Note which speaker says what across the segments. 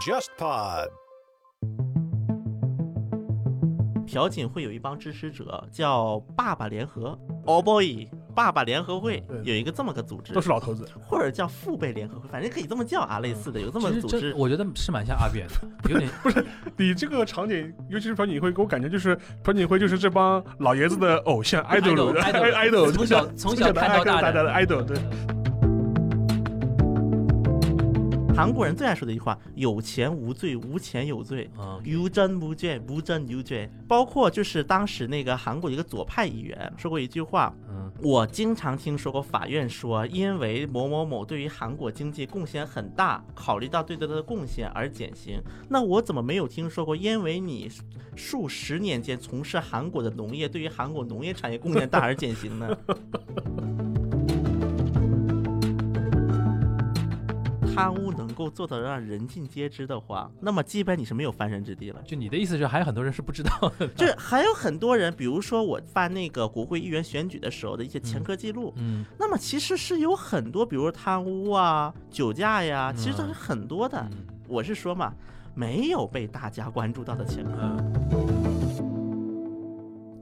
Speaker 1: JustPod。
Speaker 2: 朴槿惠有一帮支持者叫“爸爸联合 ”，All Boy 爸爸联合会
Speaker 3: 对
Speaker 2: 有一个这么个组织
Speaker 3: 都，是老头子，
Speaker 2: 或者叫父辈联合会，反正可以这么叫啊，类似的有这
Speaker 4: 其
Speaker 2: 么个
Speaker 4: 实
Speaker 2: 组
Speaker 4: 这
Speaker 2: 织。
Speaker 4: 我觉得是蛮像阿扁的，有点
Speaker 3: 你这个场景，尤其是朴槿惠，给我感觉就是朴槿惠就是这帮老爷子的偶像 idol 的
Speaker 4: idol，
Speaker 3: idol，
Speaker 4: 从小从小看到大
Speaker 3: 大
Speaker 4: 的
Speaker 3: 的 idol，对，
Speaker 2: 韩国人最爱说的一句话：“有钱无罪，无钱有罪。”
Speaker 4: 嗯，
Speaker 2: 无证无罪，无证无罪。包括就是当时那个韩国一个左派议员说过一句话，
Speaker 4: 嗯，
Speaker 2: 我经常听说过法院说，因为某某某对于韩国经济贡献很大，考虑到对他的贡献而减刑。那我怎么没有听说过，因为你数十年间从事韩国的农业，对于韩国农业产业贡献大而减刑呢？贪污能够做得让人尽皆知的话，那么基本你是没有翻身之地了。
Speaker 4: 就你的意思是还有很多人是不知道的，
Speaker 2: 就是还有很多人，比如说我翻那个国会议员选举的时候的一些前科记录，
Speaker 4: 嗯，
Speaker 2: 那么其实是有很多，比如贪污啊、酒驾呀，其实都是很多的。
Speaker 4: 嗯
Speaker 2: 我是说嘛，没有被大家关注到的前科。
Speaker 4: 嗯。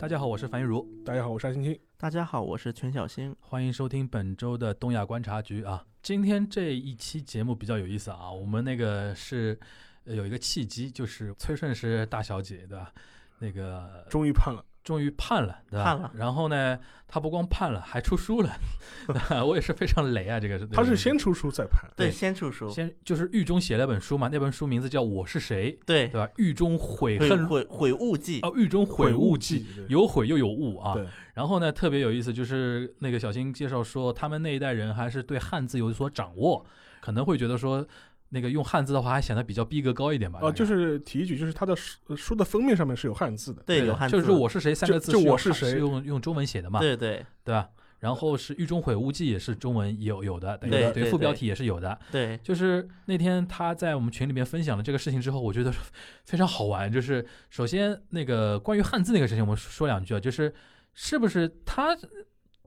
Speaker 4: 大家好，我是樊玉茹，
Speaker 3: 大家好，我是安青青，
Speaker 2: 大家好，我是全小星。
Speaker 4: 欢迎收听本周的东亚观察局啊。今天这一期节目比较有意思啊，我们那个是呃有一个契机，就是崔顺是大小姐对吧？那个
Speaker 3: 终于判了，
Speaker 4: 终于判了，对吧？
Speaker 2: 判了
Speaker 4: 然后呢，他不光判了，还出书了， 我也是非常雷啊，这个是。
Speaker 3: 他是先出书再判，
Speaker 2: 对，
Speaker 4: 对
Speaker 2: 先出书。
Speaker 4: 先就是狱中写了本书嘛，那本书名字叫《我是谁》，
Speaker 2: 对
Speaker 4: 对，吧？狱中悔
Speaker 2: 悔
Speaker 4: 恨
Speaker 2: 悔悔悟记。
Speaker 4: 哦，狱中悔悟
Speaker 3: 记
Speaker 4: 记，，有悔又有悟啊。
Speaker 3: 对
Speaker 4: 然后呢，特别有意思，就是那个小新介绍说，他们那一代人还是对汉字有所掌握，可能会觉得说，那个用汉字的话，还显得比较逼格高一点吧。
Speaker 3: 哦，就是是提一句，就是他的书书的封面上面是有汉字的，
Speaker 2: 对，有汉字。
Speaker 4: 就是“我是谁”三个字
Speaker 3: 就
Speaker 4: 用
Speaker 3: 我是谁
Speaker 4: 用用中文写的嘛，
Speaker 2: 对对
Speaker 4: 对吧？然后是“狱中悔悟记”也是中文有有的，
Speaker 3: 对
Speaker 4: 对
Speaker 2: 对对
Speaker 4: 副标题也是有的。
Speaker 2: 对
Speaker 4: 就是那天他在我们群里面分享了这个事情之后，我觉得 非常好玩。就是首先那个关于汉字那个事情，我们说两句啊，就是是不是他，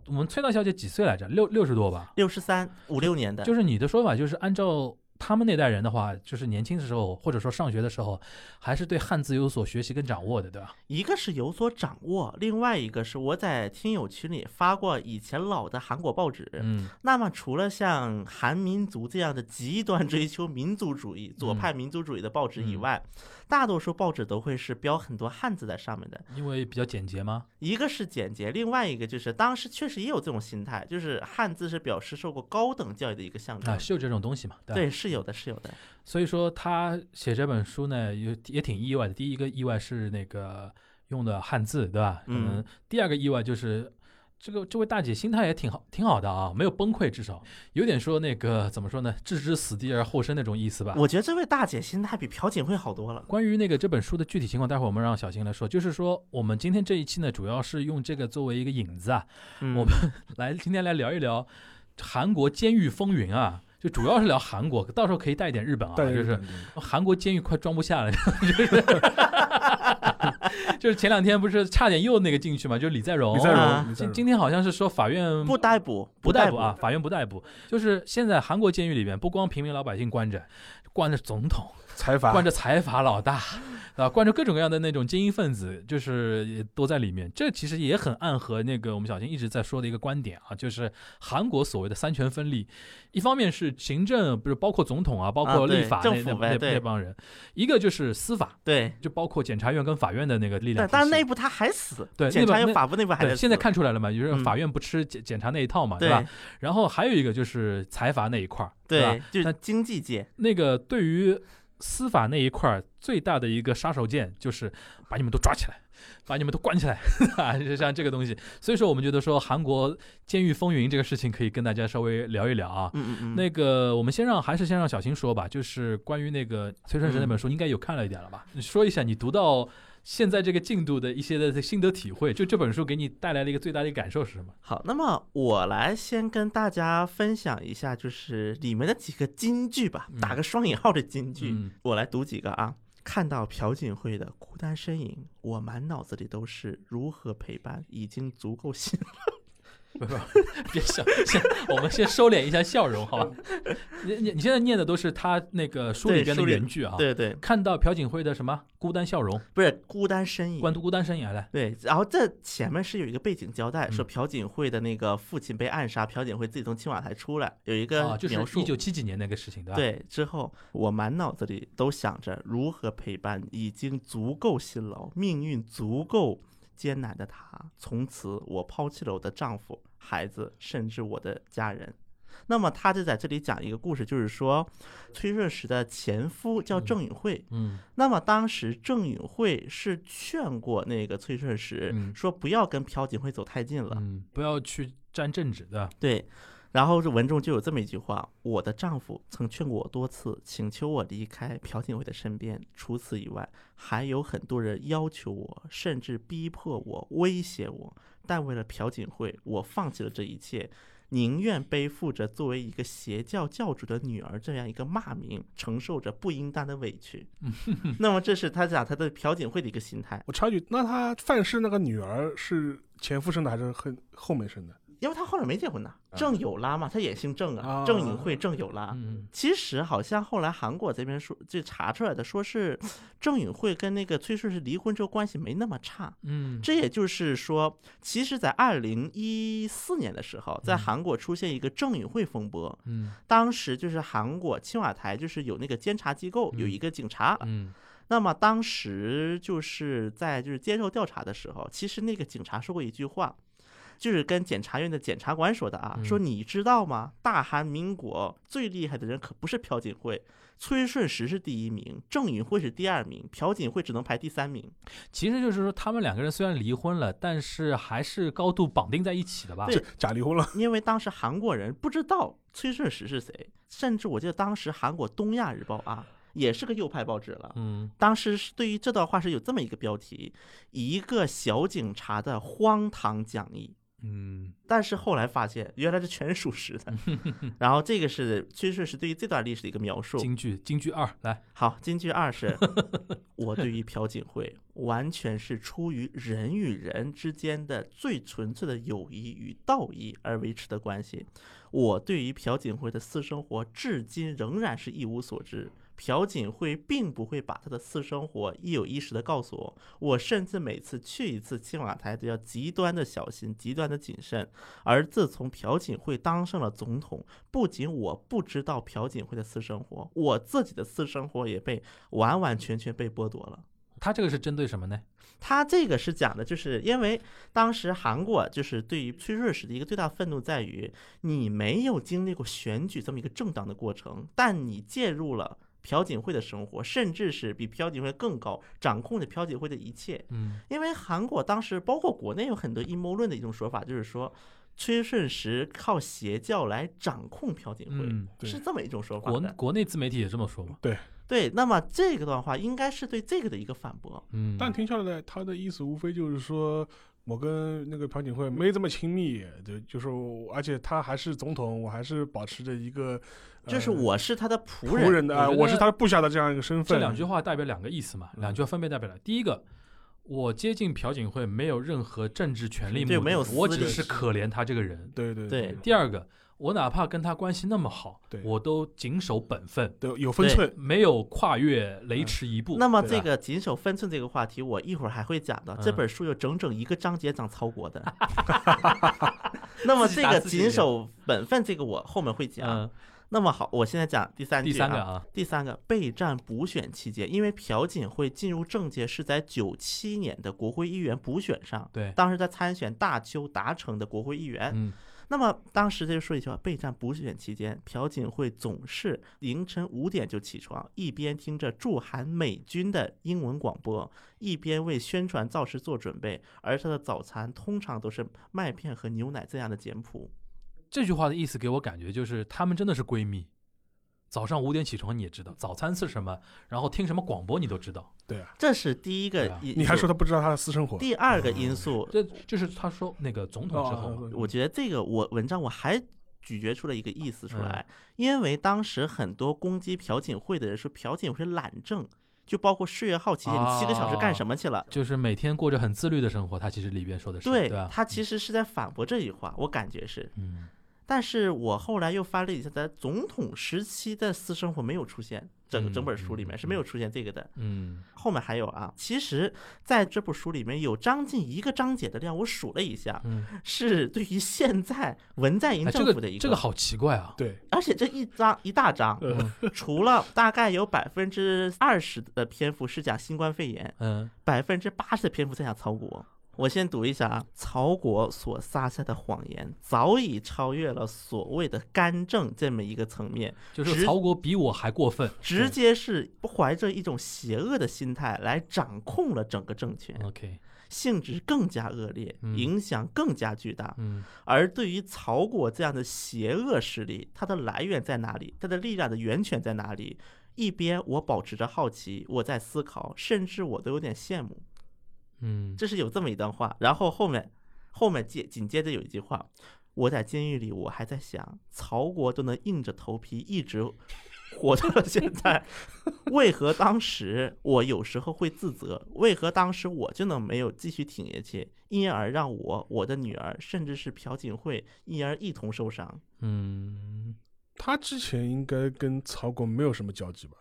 Speaker 4: 我们崔大小姐几岁来着？六六十多吧？
Speaker 2: 六十三五六年的。
Speaker 4: 就是你的说法，就是按照他们那代人的话，就是年轻的时候或者说上学的时候，还是对汉字有所学习跟掌握的，对吧？
Speaker 2: 一个是有所掌握，另外一个是我在听友群里发过以前老的韩国报纸，
Speaker 4: 嗯，
Speaker 2: 那么，除了像韩民族这样的极端追求民族主义、左
Speaker 4: 嗯
Speaker 2: 派民族主义的报纸以外，大多数报纸都会是标很多汉字在上面的。
Speaker 4: 因为比较简洁嘛。
Speaker 2: 一个是简洁，另外一个就是当时确实也有这种心态，就是汉字是表示受过高等教育的一个象征
Speaker 4: 啊，。是有这种东西嘛，对吧？
Speaker 2: 对，是有的，是有的。
Speaker 4: 所以说他写这本书呢，也也挺意外的。第一个意外是那个用的汉字，对吧？可能
Speaker 2: 嗯
Speaker 4: 第二个意外就是这个这位大姐心态也挺好，挺好的啊，没有崩溃，至少有点说那个怎么说呢，置之死地而后生那种意思吧。
Speaker 2: 我觉得这位大姐心态比朴槿惠好多了。
Speaker 4: 关于那个这本书的具体情况，待会儿我们让小新来说。就是说，我们今天这一期呢，主要是用这个作为一个引子啊，
Speaker 2: 嗯
Speaker 4: 我们来今天来聊一聊韩国监狱风云啊，就主要是聊韩国，到时候可以带一点日本啊，
Speaker 3: 但
Speaker 4: 就是是韩国监狱快装不下了， 就是就是前两天不是差点又那个进去嘛，就是李在镕。
Speaker 3: 李在
Speaker 2: 啊
Speaker 3: 镕，李在
Speaker 4: 今
Speaker 3: 镕
Speaker 4: 今天好像是说法院
Speaker 2: 不逮捕，
Speaker 4: 不
Speaker 2: 逮
Speaker 4: 捕啊，法院不逮捕，就是现在韩国监狱里边不光平民老百姓关着，关着总统，
Speaker 3: 财
Speaker 2: 啊
Speaker 3: 阀
Speaker 4: 关着财阀老大，啊，关着各种各样的那种精英分子，就是也都在里面。这其实也很暗合那个我们小新一直在说的一个观点啊，就是韩国所谓的三权分立，一方面是行政，不是包括总统啊，包括
Speaker 2: 啊对
Speaker 4: 立法那、
Speaker 2: 政府呗
Speaker 4: 那那
Speaker 2: 对
Speaker 4: 那帮人；一个就是司法，
Speaker 2: 对，
Speaker 4: 就包括检察院跟法院的那个力
Speaker 2: 但
Speaker 4: 量体系。
Speaker 2: 但内部他还死，
Speaker 4: 对
Speaker 2: 检察
Speaker 4: 内
Speaker 2: 院
Speaker 4: 部内
Speaker 2: 法部内部还在
Speaker 4: 对，
Speaker 2: 死
Speaker 4: 现在看出来了嘛，就是
Speaker 2: 嗯
Speaker 4: 法院不吃检检察那一套嘛，对
Speaker 2: 对
Speaker 4: 吧？然后还有一个就是财阀那一块儿，对吧
Speaker 2: 对，就是
Speaker 4: 但
Speaker 2: 经济界，
Speaker 4: 那个对于司法那一块儿最大的一个杀手锏就是把你们都抓起来，把你们都关起来， 啊，就像这个东西。所以说，我们觉得说韩国监狱风云这个事情可以跟大家稍微聊一聊啊。
Speaker 2: 嗯嗯嗯，
Speaker 4: 那个，我们先让还是先让小新说吧，就是关于那个崔顺实那本书，应该有看了一点了吧？你说一下你读到现在这个进度的一些的心得体会，就这本书给你带来了一个最大的感受是什么？
Speaker 2: 好，那么我来先跟大家分享一下，就是里面的几个金句吧，
Speaker 4: 嗯
Speaker 2: 打个双引号的金句，
Speaker 4: 嗯
Speaker 2: 我来读几个啊。看到朴槿惠的孤单身影，我满脑子里都是如何陪伴，已经足够幸福。
Speaker 4: 不不，别笑，先我们先收敛一下笑容，好吧？你你你现在念的都是他那个书里
Speaker 2: 对
Speaker 4: 边的
Speaker 2: 书里
Speaker 4: 原句啊。
Speaker 2: 对对，
Speaker 4: 看到朴槿惠的什么孤单笑容，
Speaker 2: 不是孤单身影
Speaker 4: 关。渡孤单身影来。
Speaker 2: 对，然后这前面是有一个背景交代，
Speaker 4: 嗯
Speaker 2: 说朴槿惠的那个父亲被暗杀，朴槿惠自己从青瓦台出来，有一个
Speaker 4: 啊，就是
Speaker 2: 描述。
Speaker 4: 一九七几年那个事情，对吧？，
Speaker 2: 对，之后我满脑子里都想着如何陪伴已经足够辛劳、命运足够艰难的她。从此，我抛弃了我的丈夫、孩子，甚至我的家人。那么，他就在这里讲一个故事，就是说，崔顺实的前夫叫郑允惠。
Speaker 4: 嗯
Speaker 2: 那么当时郑允惠是劝过那个崔顺实，
Speaker 4: 嗯
Speaker 2: 说不要跟朴槿惠走太近了。
Speaker 4: 嗯，不要去沾政治，对吧？
Speaker 2: 对，然后这文中就有这么一句话：我的丈夫曾劝过我多次，请求我离开朴槿惠的身边。除此以外，还有很多人要求我，甚至逼迫我、威胁我。但为了朴槿惠，我放弃了这一切，宁愿背负着作为一个邪教教主的女儿这样一个骂名，承受着不应当的委屈。那么，这是他讲他对朴槿惠的一个心态，
Speaker 3: 我插一句，那他范氏那个女儿是前夫生的还是很后面生的？
Speaker 2: 因为他后来没结婚呐，郑有拉嘛，他也姓郑啊，
Speaker 3: 啊
Speaker 2: 郑颖惠、郑有拉。
Speaker 4: 嗯，
Speaker 2: 其实好像后来韩国这边说，就查出来的，说是郑允惠跟那个崔顺实离婚之后关系没那么差。
Speaker 4: 嗯，
Speaker 2: 这也就是说，其实，在二零一四年的时候，在韩国出现一个郑允惠风波，
Speaker 4: 嗯
Speaker 2: 当时就是韩国青瓦台就是有那个监察机构，
Speaker 4: 嗯
Speaker 2: 有一个警察。
Speaker 4: 嗯
Speaker 2: 那么当时就是在就是接受调查的时候，其实那个警察说过一句话。就是跟检察院的检察官说的啊，
Speaker 4: 嗯
Speaker 2: 说你知道吗？大韩民国最厉害的人可不是朴槿惠，崔顺实是第一名，郑允惠是第二名，朴槿惠只能排第三名。
Speaker 4: 其实就是说，他们两个人虽然离婚了，但是还是高度绑定在一起的吧？
Speaker 2: 对
Speaker 3: 这假离婚了，
Speaker 2: 因为当时韩国人不知道崔顺实是谁，甚至我记得当时韩国《东亚日报》啊，也是个右派报纸了，
Speaker 4: 嗯
Speaker 2: 当时是对于这段话是有这么一个标题：一个小警察的荒唐讲义。
Speaker 4: 嗯
Speaker 2: 但是后来发现，原来这全是属实的。然后这个是崔顺实对于这段历史的一个描述。
Speaker 4: 京剧京剧二来，
Speaker 2: 好，金句二是， 我对于朴槿惠完全是出于人与人之间的最纯粹的友谊与道义而维持的关系。我对于朴槿惠的私生活至今仍然是一无所知。朴槿惠并不会把她的私生活一有一十的告诉我，我甚至每次去一次青瓦台都要极端的小心、极端的谨慎。而自从朴槿惠当上了总统，不仅我不知道朴槿惠的私生活，我自己的私生活也被完完全全被剥夺了。
Speaker 4: 他这个是针对什么呢？
Speaker 2: 他这个是讲的，就是因为当时韩国就是对于崔顺实的一个最大愤怒在于，你没有经历过选举这么一个正当的过程，但你介入了朴槿惠的生活，甚至是比朴槿惠更高，掌控着朴槿惠的一切。
Speaker 4: 嗯
Speaker 2: 因为韩国当时包括国内有很多阴谋论的一种说法，就是说崔顺实靠邪教来掌控朴槿惠，
Speaker 4: 嗯，
Speaker 3: 对
Speaker 2: 是这么一种说法
Speaker 4: 国
Speaker 2: 的。
Speaker 4: 国内自媒体也这么说嘛？
Speaker 2: 对，那么这个段话应该是对这个的一个反驳。
Speaker 4: 嗯，
Speaker 3: 但听下来，他的意思无非就是说。我跟那个朴槿惠没这么亲密，对，就是我，而且他还是总统，我还是保持着一个，呃
Speaker 2: 就是我是他的仆
Speaker 3: 仆人的，
Speaker 4: 我
Speaker 3: 啊
Speaker 4: 觉得
Speaker 3: 我是他部下的这样一个身份。
Speaker 4: 这两句话代表两个意思嘛？
Speaker 3: 嗯
Speaker 4: 两句话分别代表了第一个。我接近朴槿惠没有任何政治权利目
Speaker 2: 对
Speaker 4: 的，
Speaker 2: 没有私
Speaker 4: 我只
Speaker 2: 利
Speaker 4: 是可怜他这个人。
Speaker 3: 对对
Speaker 2: 对
Speaker 4: 第二个，我哪怕跟他关系那么好
Speaker 3: 对，
Speaker 4: 我都谨守本分，
Speaker 3: 对，嗯有分寸。
Speaker 4: 没有跨越雷池一步。
Speaker 2: 嗯那么
Speaker 4: 对
Speaker 2: 这
Speaker 4: 吧
Speaker 2: 个谨守分寸这个话题，我一会儿还会讲的。
Speaker 4: 嗯
Speaker 2: 这本书有整整一个章节讲曹国 的。那么这个
Speaker 4: 自己打自己
Speaker 2: 谨守本分，这个我后面会讲。
Speaker 4: 嗯，
Speaker 2: 那么好，我现在讲第三句、啊。
Speaker 4: 第三个啊，
Speaker 2: 第三个，备战补选期间，因为朴槿惠进入政界是在九七年的国会议员补选上，
Speaker 4: 对
Speaker 2: 当时在参选大邱达成的国会议员。
Speaker 4: 嗯
Speaker 2: 那么当时这就说一句话：备战补选期间，朴槿惠总是凌晨五点就起床，一边听着驻韩美军的英文广播，一边为宣传造势做准备，而她的早餐通常都是麦片和牛奶这样的简朴。
Speaker 4: 这句话的意思给我感觉就是她们真的是闺蜜。早上五点起床你也知道，早餐吃什么，然后听什么广播你都知道。
Speaker 3: 对啊，
Speaker 2: 这是第一
Speaker 4: 对
Speaker 2: 个
Speaker 4: 啊
Speaker 2: 因素。
Speaker 3: 你还说他不嗯知道他的私生活？
Speaker 2: 第二个因素
Speaker 4: 这就是他说那个总统之后嘛，
Speaker 3: 哦
Speaker 2: 我觉得这个我文章我还咀嚼出了一个
Speaker 3: 嗯
Speaker 2: 意思出来，因为当时很多攻击朴槿惠的人说朴槿惠懒政，就包括世越号期间，你七个小时
Speaker 3: 啊
Speaker 2: 干什么去了？
Speaker 4: 就是每天过着很自律的生活，他其实里边说的是
Speaker 2: 对
Speaker 4: 对啊嗯吧？
Speaker 2: 他其实是在反驳这句话，我感觉是。
Speaker 4: 嗯，
Speaker 2: 但是我后来又翻了一下，在总统时期的私生活没有出现，整整本书里面是没有出现这个的。
Speaker 4: 嗯
Speaker 2: 后面还有啊，其实在这部书里面有将近一个章节的量，我数了一下，
Speaker 4: 嗯
Speaker 2: 是对于现在文在寅
Speaker 4: 哎，这
Speaker 2: 政府的
Speaker 4: 个
Speaker 2: 一
Speaker 4: 这个好奇怪啊，
Speaker 3: 对，
Speaker 2: 而且这一章一大章，
Speaker 4: 嗯
Speaker 3: 呃，
Speaker 2: 除了大概有百分之二十的篇幅是讲新冠肺炎，
Speaker 4: 嗯，
Speaker 2: 百分之八十的篇幅在讲曹国。我先读一下啊，曹国所撒下的谎言早已超越了所谓的干政这么一个层面，
Speaker 4: 就是
Speaker 2: 直
Speaker 4: 曹国比我还过分，
Speaker 2: 直接是怀着一种邪恶的心态来掌控了整个政权，
Speaker 4: OK，
Speaker 2: 性质更加恶劣，
Speaker 4: 嗯
Speaker 2: 影响更加巨大。
Speaker 4: 嗯
Speaker 2: 而对于曹国这样的邪恶势力，它的来源在哪里？它的力量的源泉在哪里？一边我保持着好奇，我在思考，甚至我都有点羡慕。
Speaker 4: 嗯，
Speaker 2: 这是有这么一段话，然后后面后面接紧接着有一句话，我在监狱里，我还在想，曹国都能硬着头皮一直活到了现在， 为何当时我有时候会自责？为何当时我就能没有继续挺下去，因而让我、我的女儿，甚至是朴槿惠，因而一同受伤？
Speaker 4: 嗯，
Speaker 3: 他之前应该跟曹国没有什么交集吧？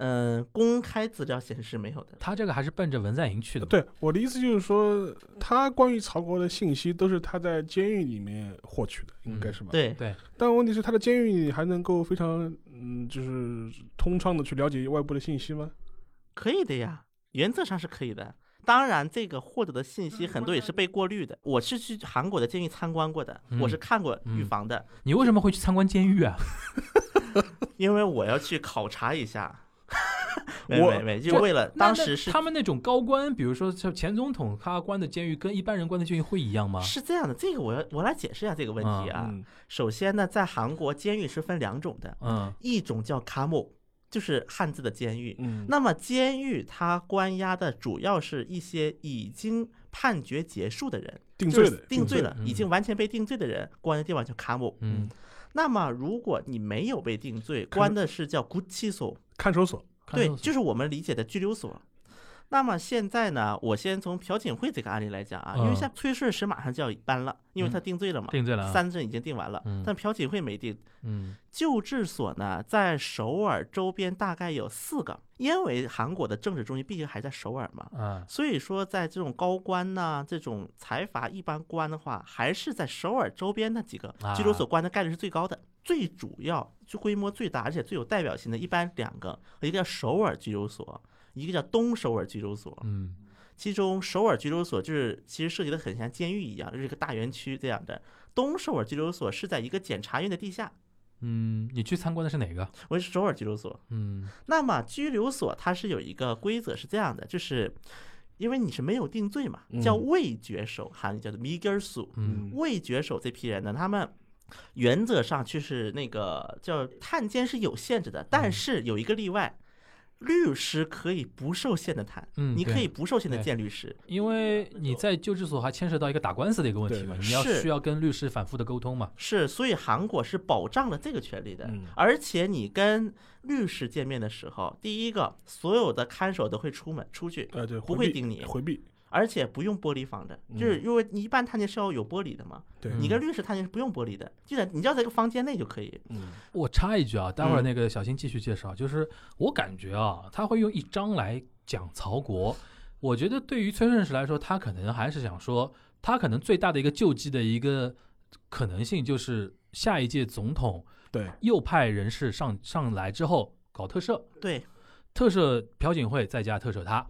Speaker 2: 嗯，公开资料显示没有的。
Speaker 4: 他这个还是奔着文在寅去的嘛，
Speaker 3: 对，我的意思就是说，他关于曹国的信息都是他在监狱里面获取的，应该是吧？。
Speaker 2: 对，
Speaker 4: 嗯对，
Speaker 3: 但问题是，他的监狱里还能够非常嗯，就是通畅的去了解外部的信息吗？
Speaker 2: 可以的呀，原则上是可以的。当然，这个获得的信息很多也是被过滤的。我是去韩国的监狱参观过的，我是
Speaker 4: 嗯
Speaker 2: 看过预
Speaker 4: 嗯
Speaker 2: 防的，
Speaker 4: 你为什么会去参观监狱啊？
Speaker 2: 因为我要去考察一下。没
Speaker 3: 我
Speaker 2: 没没，就
Speaker 4: 这
Speaker 2: 为了
Speaker 4: 那
Speaker 2: 当
Speaker 4: 那
Speaker 2: 时是
Speaker 4: 他们那种高官，比如说像前总统他关的监狱，跟一般人关的监狱会一样吗？
Speaker 2: 是这样的，这个我要我来解释一下这个问题啊。
Speaker 3: 嗯，
Speaker 2: 首先呢，在韩国监狱是分两种的，
Speaker 4: 嗯
Speaker 2: 一种叫卡姆，就是汉字的监狱。
Speaker 3: 嗯
Speaker 2: 那么监狱它关押的主要是一些已经判决结束的人，
Speaker 3: 定
Speaker 2: 就是
Speaker 3: 罪的，
Speaker 2: 定罪
Speaker 3: 的，
Speaker 2: 了，已经完全被定罪的人，关的地方叫卡姆。
Speaker 4: 嗯，
Speaker 2: 那么如果你没有被定罪，
Speaker 3: 看
Speaker 2: 关的是叫구치소，
Speaker 3: 看守所。
Speaker 4: 看
Speaker 2: 对，
Speaker 4: 守所
Speaker 2: 就是我们理解的拘留所。那么现在呢，我先从朴槿惠这个案例来讲啊，因为
Speaker 4: 嗯
Speaker 2: 像崔顺实马上就要搬了，因为
Speaker 4: 嗯
Speaker 2: 他定罪了嘛，
Speaker 4: 定罪了啊，
Speaker 2: 三审已经定完了
Speaker 4: 嗯，
Speaker 2: 但朴槿惠没定。
Speaker 4: 嗯
Speaker 2: 救治所呢，在首尔周边大概有四个，因为韩国的政治中心毕竟还在首尔嘛，
Speaker 4: 啊
Speaker 2: 所以说，在这种高官呐、这种财阀一般官的话，还是在首尔周边那几个
Speaker 4: 啊
Speaker 2: 拘留所关的概率是最高的，最主要、最规模最大，而且最有代表性的，一般两个，一个叫首尔拘留所，一个叫东首尔拘留所。
Speaker 4: 嗯
Speaker 2: 其中，首尔拘留所就是其实设计的很像监狱一样，就是一个大园区这样的。东首尔拘留所是在一个检察院的地下，
Speaker 4: 嗯，你去参观的是哪个？
Speaker 2: 我是首尔拘留所。
Speaker 4: 嗯
Speaker 2: 那么拘留所它是有一个规则是这样的，就是因为你是没有定罪嘛，叫
Speaker 3: 嗯
Speaker 2: 未决手，韩语叫做 m i g e r s u
Speaker 4: 嗯
Speaker 2: 未决手这批人呢，他们原则上就是那个叫探监是有限制的，
Speaker 4: 嗯
Speaker 2: 但是有一个例外，律师可以不受限的探。
Speaker 4: 嗯，
Speaker 2: 你可
Speaker 4: 对
Speaker 2: 以，不受限的
Speaker 4: 对
Speaker 2: 见律师，
Speaker 4: 因为你在救治所还牵涉到一个打官司的一个问题
Speaker 3: 对
Speaker 4: 嘛，
Speaker 3: 对
Speaker 4: 你要
Speaker 2: 是
Speaker 4: 需要跟律师反复的沟通嘛。
Speaker 2: 是，所以韩国是保障了这个权利的
Speaker 3: 嗯。
Speaker 2: 而且你跟律师见面的时候，第一个，所有的看守都会出门出去，
Speaker 3: 呃，对，
Speaker 2: 不
Speaker 3: 回
Speaker 2: 会
Speaker 3: 避
Speaker 2: 盯你
Speaker 3: 回避。
Speaker 2: 而且不用玻璃防的，就是因为你一般探监是要有玻璃的嘛，
Speaker 3: 对，
Speaker 2: 你
Speaker 4: 嗯
Speaker 2: 跟律师探监是不用玻璃的，就在你只要在一个房间内就可以。
Speaker 3: 嗯，
Speaker 4: 我插一句啊，待会儿
Speaker 2: 嗯
Speaker 4: 那个小新继续介绍。就是我感觉啊，他会用一章来讲曹国。我觉得对于崔顺实来说，他可能还是想说，他可能最大的一个救济的一个可能性就是下一届总统
Speaker 3: 对，
Speaker 4: 右派人士上上来之后搞特赦，
Speaker 2: 对，
Speaker 4: 特赦朴槿惠再加特赦他，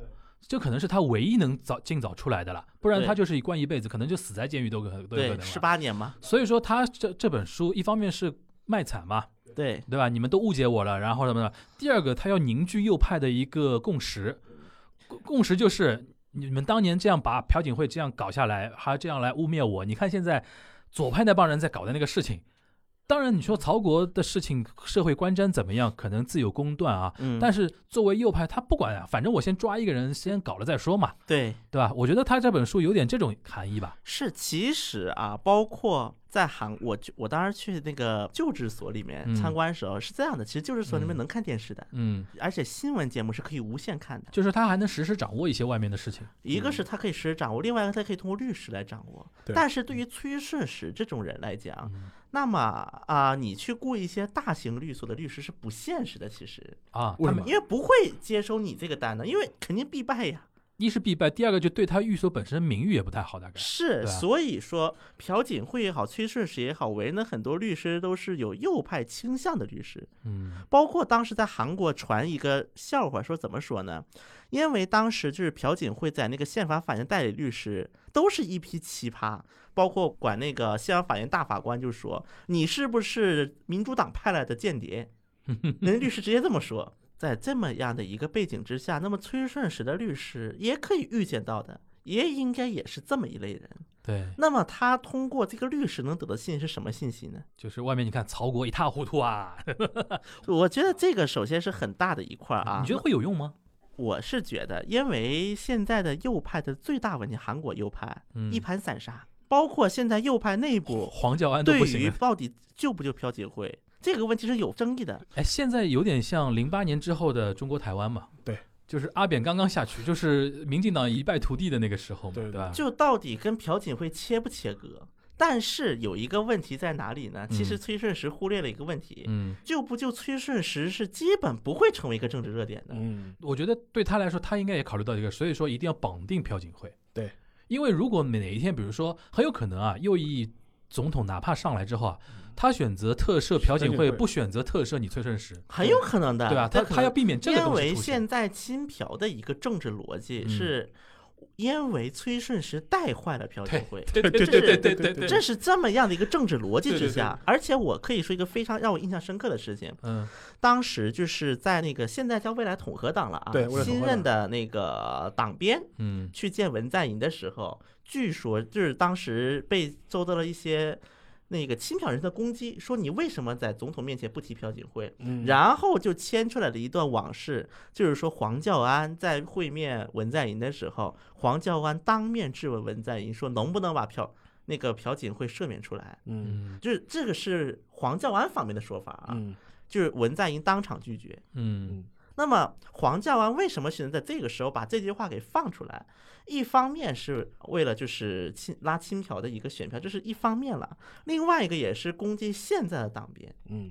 Speaker 4: 这可能是他唯一能早尽早出来的了，不然
Speaker 2: 对
Speaker 4: 他就是一关一辈子，可能就死在监狱都可都有可能
Speaker 2: 对，
Speaker 4: 了
Speaker 2: 十八年嘛，
Speaker 4: 所以说他这这本书一方面是卖惨嘛，
Speaker 2: 对，
Speaker 4: 对吧？你们都误解我了，然后什么呢？第二个，他要凝聚右派的一个共识，共共识就是你们当年这样把朴槿惠这样搞下来，还这样来污蔑我，你看现在左派那帮人在搞的那个事情，当然，你说曹国的事情，社会观瞻怎么样，可能自有公断啊。
Speaker 2: 嗯，
Speaker 4: 但
Speaker 2: 是
Speaker 4: 是作为右派，他不管啊，反正我先抓一个人，先搞了再说嘛，
Speaker 2: 对，
Speaker 4: 对吧？我觉得他这本书有点这种含义吧。
Speaker 2: 是，其实啊，包括在韩，我就我当时去那个救治所里面
Speaker 4: 嗯
Speaker 2: 参观的时候、是这样的，其实救治所里面
Speaker 4: 嗯
Speaker 2: 能看电视的，
Speaker 4: 嗯，
Speaker 2: 而且新闻节目是可以无限看的。
Speaker 4: 就是他还能实时掌握一些外面的事情。
Speaker 2: 一个是他可以实时掌握，另外一个他可以通过律师来掌握。
Speaker 3: 对
Speaker 2: 但是对于崔顺实这种人来讲，
Speaker 4: 嗯
Speaker 2: 那么啊、你去雇一些大型律所的律师是不现实的，其实
Speaker 4: 啊，
Speaker 3: 为
Speaker 4: 他
Speaker 3: 什
Speaker 4: 们
Speaker 3: 么
Speaker 2: 因为不会接收你这个单的，因为肯定必败呀。
Speaker 4: 一是必败，第二个就对他寓所本身名誉也不太好，大概。
Speaker 2: 是，
Speaker 4: 对啊
Speaker 2: 所以说朴槿惠也好，崔顺实也好，为人的很多律师都是有右派倾向的律师，
Speaker 4: 嗯
Speaker 2: 包括当时在韩国传一个笑话，说怎么说呢？因为当时就是朴槿惠在那个宪法法院代理律师，都是一批奇葩，包括管那个宪法法院大法官就说你是不是民主党派来的间谍？人家律师直接这么说。在这么样的一个背景之下，那么崔顺实的律师也可以预见到的，也应该也是这么一类人。
Speaker 4: 对，
Speaker 2: 那么他通过这个律师能得到信息是什么信息呢？
Speaker 4: 就是外面你看曹国一塌糊涂啊，
Speaker 2: 我觉得这个首先是很大的一块儿啊。
Speaker 4: 你觉得会有用吗？
Speaker 2: 我是觉得，因为现在的右派的最大问题，韩国右派、
Speaker 4: 嗯
Speaker 2: 一盘散沙，包括现在右派内 部
Speaker 4: 黄教安都
Speaker 2: 对
Speaker 4: 不行啊
Speaker 2: 于
Speaker 4: 了。
Speaker 2: 到底救不救朴槿惠这个问题是有争议的。
Speaker 4: 哎，现在有点像零八年之后的中国台湾嘛。
Speaker 3: 对。
Speaker 4: 就是阿扁刚刚下去，就是民进党一败涂地的那个时候嘛，
Speaker 3: 对
Speaker 4: 对吧？
Speaker 2: 就到底跟朴槿惠切不切割？但是有一个问题在哪里呢？其实
Speaker 4: 嗯
Speaker 2: 崔顺实忽略了一个问题，
Speaker 4: 嗯，
Speaker 2: 救不救崔顺实是基本不会成为一个政治热点的。
Speaker 3: 嗯，
Speaker 4: 我觉得对他来说，他应该也考虑到一个，所以说一定要绑定朴槿惠。
Speaker 3: 对，
Speaker 4: 因为如果哪一天，比如说很有可能啊，右翼总统哪怕上来之后啊，他选择特赦朴槿
Speaker 3: 朴
Speaker 4: 惠，
Speaker 3: 槿惠
Speaker 4: 不选择特赦你崔顺实，
Speaker 2: 很有可能的，
Speaker 4: 对吧？他
Speaker 2: 啊可能
Speaker 4: 他要避免这个
Speaker 2: 因
Speaker 4: 东西
Speaker 2: 为
Speaker 4: 出现。
Speaker 2: 现在亲朴的一个政治逻辑
Speaker 4: 嗯
Speaker 2: 是，因为崔顺实带坏了朴槿惠，
Speaker 4: 对对
Speaker 2: 这
Speaker 4: 对
Speaker 2: 是
Speaker 4: 对对对对，
Speaker 2: 这是这么样的一个政治逻辑
Speaker 4: 对
Speaker 2: 之
Speaker 4: 对对
Speaker 2: 下。而且我可以说一个非常让我印象深刻的事情，
Speaker 4: 嗯
Speaker 2: 当时就是在那个现在叫未来统合党了啊
Speaker 3: 对未，来统合
Speaker 2: 新
Speaker 3: 党
Speaker 2: 任的那个党鞭
Speaker 4: 嗯
Speaker 2: 去见文在寅的时候，据说就是当时被受到了一些。那个亲朴人的攻击，说你为什么在总统面前不提朴槿惠？
Speaker 3: 嗯
Speaker 2: 然后就牵出来了一段往事，就是说黄教安在会面文在寅的时候，黄教安当面质问文在寅说能不能把朴那个朴槿惠赦免出来，
Speaker 3: 嗯
Speaker 4: 嗯
Speaker 2: 就是这个是黄教安方面的说法啊，
Speaker 3: 嗯
Speaker 2: 就是文在寅当场拒绝。
Speaker 4: 嗯
Speaker 2: 那么黄教安为什么选择在这个时候把这句话给放出来？一方面是为了就是亲拉亲朴的一个选票，这是一方面了；另外一个也是攻击现在的党鞭。
Speaker 3: 嗯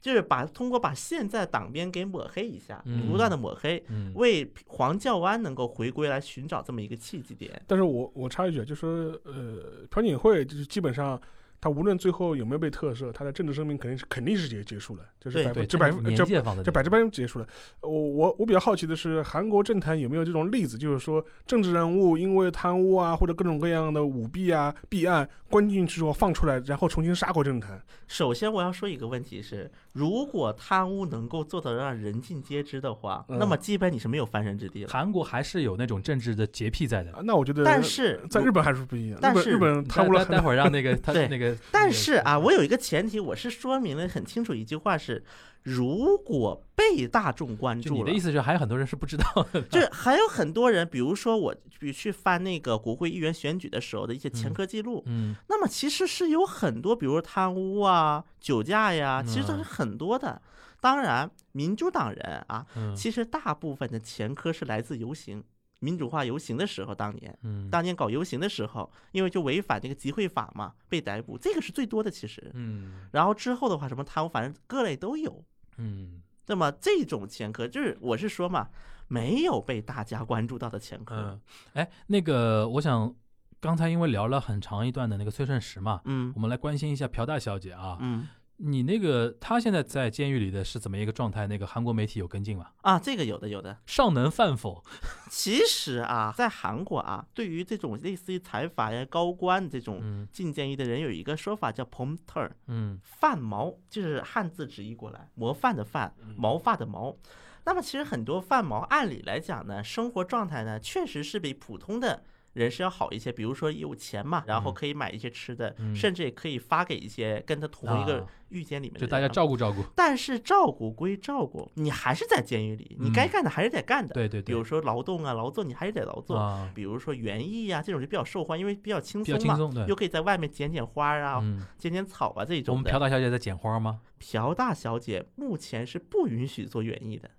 Speaker 2: 就是把通过把现在党鞭给抹黑一下，
Speaker 4: 嗯
Speaker 2: 不断的抹黑，
Speaker 4: 嗯
Speaker 2: 为黄教安能够回归来寻找这么一个契机点。
Speaker 3: 但是我我插一句啊，就说呃，朴槿惠就是基本上，她无论最后有没有被特赦，她的政治生命肯定是肯定是结结束了，就是
Speaker 2: 对
Speaker 3: 百
Speaker 4: 对，
Speaker 3: 分之百
Speaker 4: 这
Speaker 3: 分
Speaker 4: 是
Speaker 3: 这
Speaker 4: 年界放的
Speaker 3: 这
Speaker 4: 地方
Speaker 3: 百之百结束了。我我我比较好奇的是，韩国政坛有没有这种例子，就是说政治人物因为贪污啊，或者各种各样的舞弊啊、弊案，关进去之后放出来，然后重新杀过政坛。
Speaker 2: 首先，我要说一个问题是，如果贪污能够做到让人尽皆知的话，
Speaker 3: 嗯
Speaker 2: 那么基本你是没有翻身之地了。
Speaker 4: 韩国还是有那种政治的洁癖在的
Speaker 3: 啊。那我觉得，
Speaker 2: 但是，
Speaker 3: 在日本还是不一样。
Speaker 2: 但
Speaker 3: 日本
Speaker 2: 是
Speaker 3: 日本贪污了
Speaker 4: 待
Speaker 3: 很
Speaker 4: 待会儿让 那个他
Speaker 2: 对
Speaker 4: 那个，
Speaker 2: 但是啊，我有一个前提，我是说明了很清楚一句话是，如果被大众关
Speaker 4: 就你
Speaker 2: 注
Speaker 4: 的
Speaker 2: 了
Speaker 4: 意。思是啊还有很多人是不知道的，
Speaker 2: 就是还有很多人，比如说我去去翻那个国会议员选举的时候的一些前科记录，
Speaker 4: 嗯
Speaker 2: 那么其实是有很多，比如贪污啊、酒驾呀，
Speaker 4: 嗯
Speaker 2: 其实都是很多的。当然，民主党人啊，
Speaker 4: 嗯
Speaker 2: 其实大部分的前科是来自游行、民主化游行的时候，当年
Speaker 4: 嗯
Speaker 2: 当年搞游行的时候，因为就违反那个集会法嘛，被逮捕，这个是最多的其实。
Speaker 4: 嗯
Speaker 2: 然后之后的话，什么贪污，反正各类都有。
Speaker 4: 嗯
Speaker 2: 那么这种前科，就是我是说嘛，没有被大家关注到的前科
Speaker 4: 嗯，，哎，那个我想刚才因为聊了很长一段的那个崔顺实嘛，
Speaker 2: 嗯
Speaker 4: 我们来关心一下朴大小姐啊，
Speaker 2: 嗯
Speaker 4: 你那个她现在在监狱里的是怎么一个状态？那个韩国媒体有跟进吗？
Speaker 2: 啊，这个有的有的。
Speaker 4: 尚能饭否？
Speaker 2: 其实啊，在韩国啊，对于这种类似于财阀呀、高官这种
Speaker 4: 嗯
Speaker 2: 进监狱的人，有一个说法叫 p o m t e r
Speaker 4: 嗯
Speaker 2: 范毛，就是汉字直译过来，模范的范，
Speaker 4: 嗯
Speaker 2: 毛发的毛。那么其实很多范毛，按理来讲呢，生活状态呢，确实是比普通的人是要好一些，比如说有钱嘛，然后可以买一些吃的，
Speaker 4: 嗯
Speaker 2: 甚至也可以发给一些跟他同一个
Speaker 4: 啊
Speaker 2: 狱监里面的
Speaker 4: 就
Speaker 2: 人
Speaker 4: 大家
Speaker 2: 啊
Speaker 4: 照顾照顾。
Speaker 2: 但是照顾归照顾，你还是在监狱里，你
Speaker 4: 嗯
Speaker 2: 该干的还是得干的。
Speaker 4: 对对
Speaker 2: 比
Speaker 4: 对，
Speaker 2: 如说劳动啊、劳作，你还是得劳作。
Speaker 4: 啊，
Speaker 2: 比如说园艺呀、这种就比较受欢迎，因为比较轻
Speaker 4: 比较
Speaker 2: 松
Speaker 4: 轻
Speaker 2: 嘛，
Speaker 4: 松，对。
Speaker 2: 又可以在外面捡捡花啊、
Speaker 4: 嗯，
Speaker 2: 捡捡草啊这
Speaker 4: 我
Speaker 2: 种
Speaker 4: 们朴
Speaker 2: 的。
Speaker 4: 大小姐在捡花吗？
Speaker 2: 朴大小姐目前是不允许做园艺的，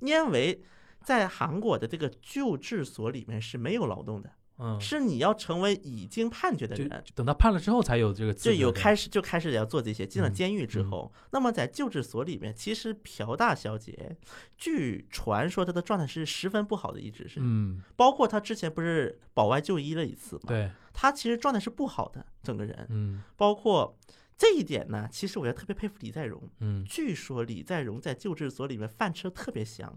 Speaker 2: 因为在韩国的这个救治所里面是没有劳动的，
Speaker 4: 嗯，
Speaker 2: 是你要成为已经判决的
Speaker 4: 就
Speaker 2: 人，
Speaker 4: 就等他判了之后才有这个资
Speaker 2: 就
Speaker 4: 格
Speaker 2: 有
Speaker 4: 的
Speaker 2: 开始就开始要做这些。进了
Speaker 4: 嗯
Speaker 2: 监狱之
Speaker 4: 嗯
Speaker 2: 后，那么在救治所里面，其实朴大小姐，据传说她的状态是十分不好的，一直是，
Speaker 4: 嗯，
Speaker 2: 包括她之前不是保外就医了一次嘛，
Speaker 4: 对，
Speaker 2: 她其实状态是不好的，整个人，
Speaker 4: 嗯
Speaker 2: 包括这一点呢，其实我也特别佩服李在镕。
Speaker 4: 嗯，
Speaker 2: 据说李在镕在救治所里面饭吃的特别香。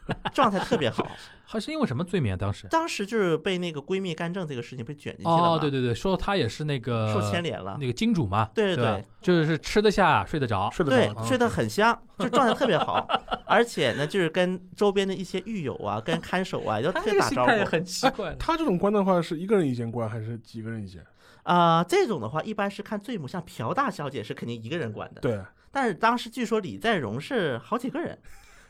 Speaker 2: 状态特别 好，
Speaker 4: 还是因为什么罪名啊？当时
Speaker 2: 当时就是被那个闺蜜干政这个事情被卷进去了嘛，
Speaker 4: 哦，对对对，说他也是那个
Speaker 2: 受牵连了，
Speaker 4: 那个金主嘛，
Speaker 2: 对对
Speaker 4: 吧
Speaker 2: 对，
Speaker 4: 就是吃得下睡得着，
Speaker 3: 睡得
Speaker 2: 对
Speaker 3: 着，，
Speaker 2: 睡得很香，就状态特别好，而且呢，就是跟周边的一些狱友啊、跟看守啊，也都
Speaker 4: 他
Speaker 2: 特
Speaker 4: 这
Speaker 2: 别
Speaker 4: 个
Speaker 2: 打
Speaker 4: 心
Speaker 2: 招
Speaker 4: 态
Speaker 2: 呼
Speaker 4: 很奇 怪。
Speaker 3: 他这种关的话是一个人一间关还是几个人一间？
Speaker 2: 啊、这种的话，一般是看罪母，像朴大小姐是肯定一个人管的，
Speaker 3: 对，
Speaker 2: 但是当时据说李在镕是好几个人。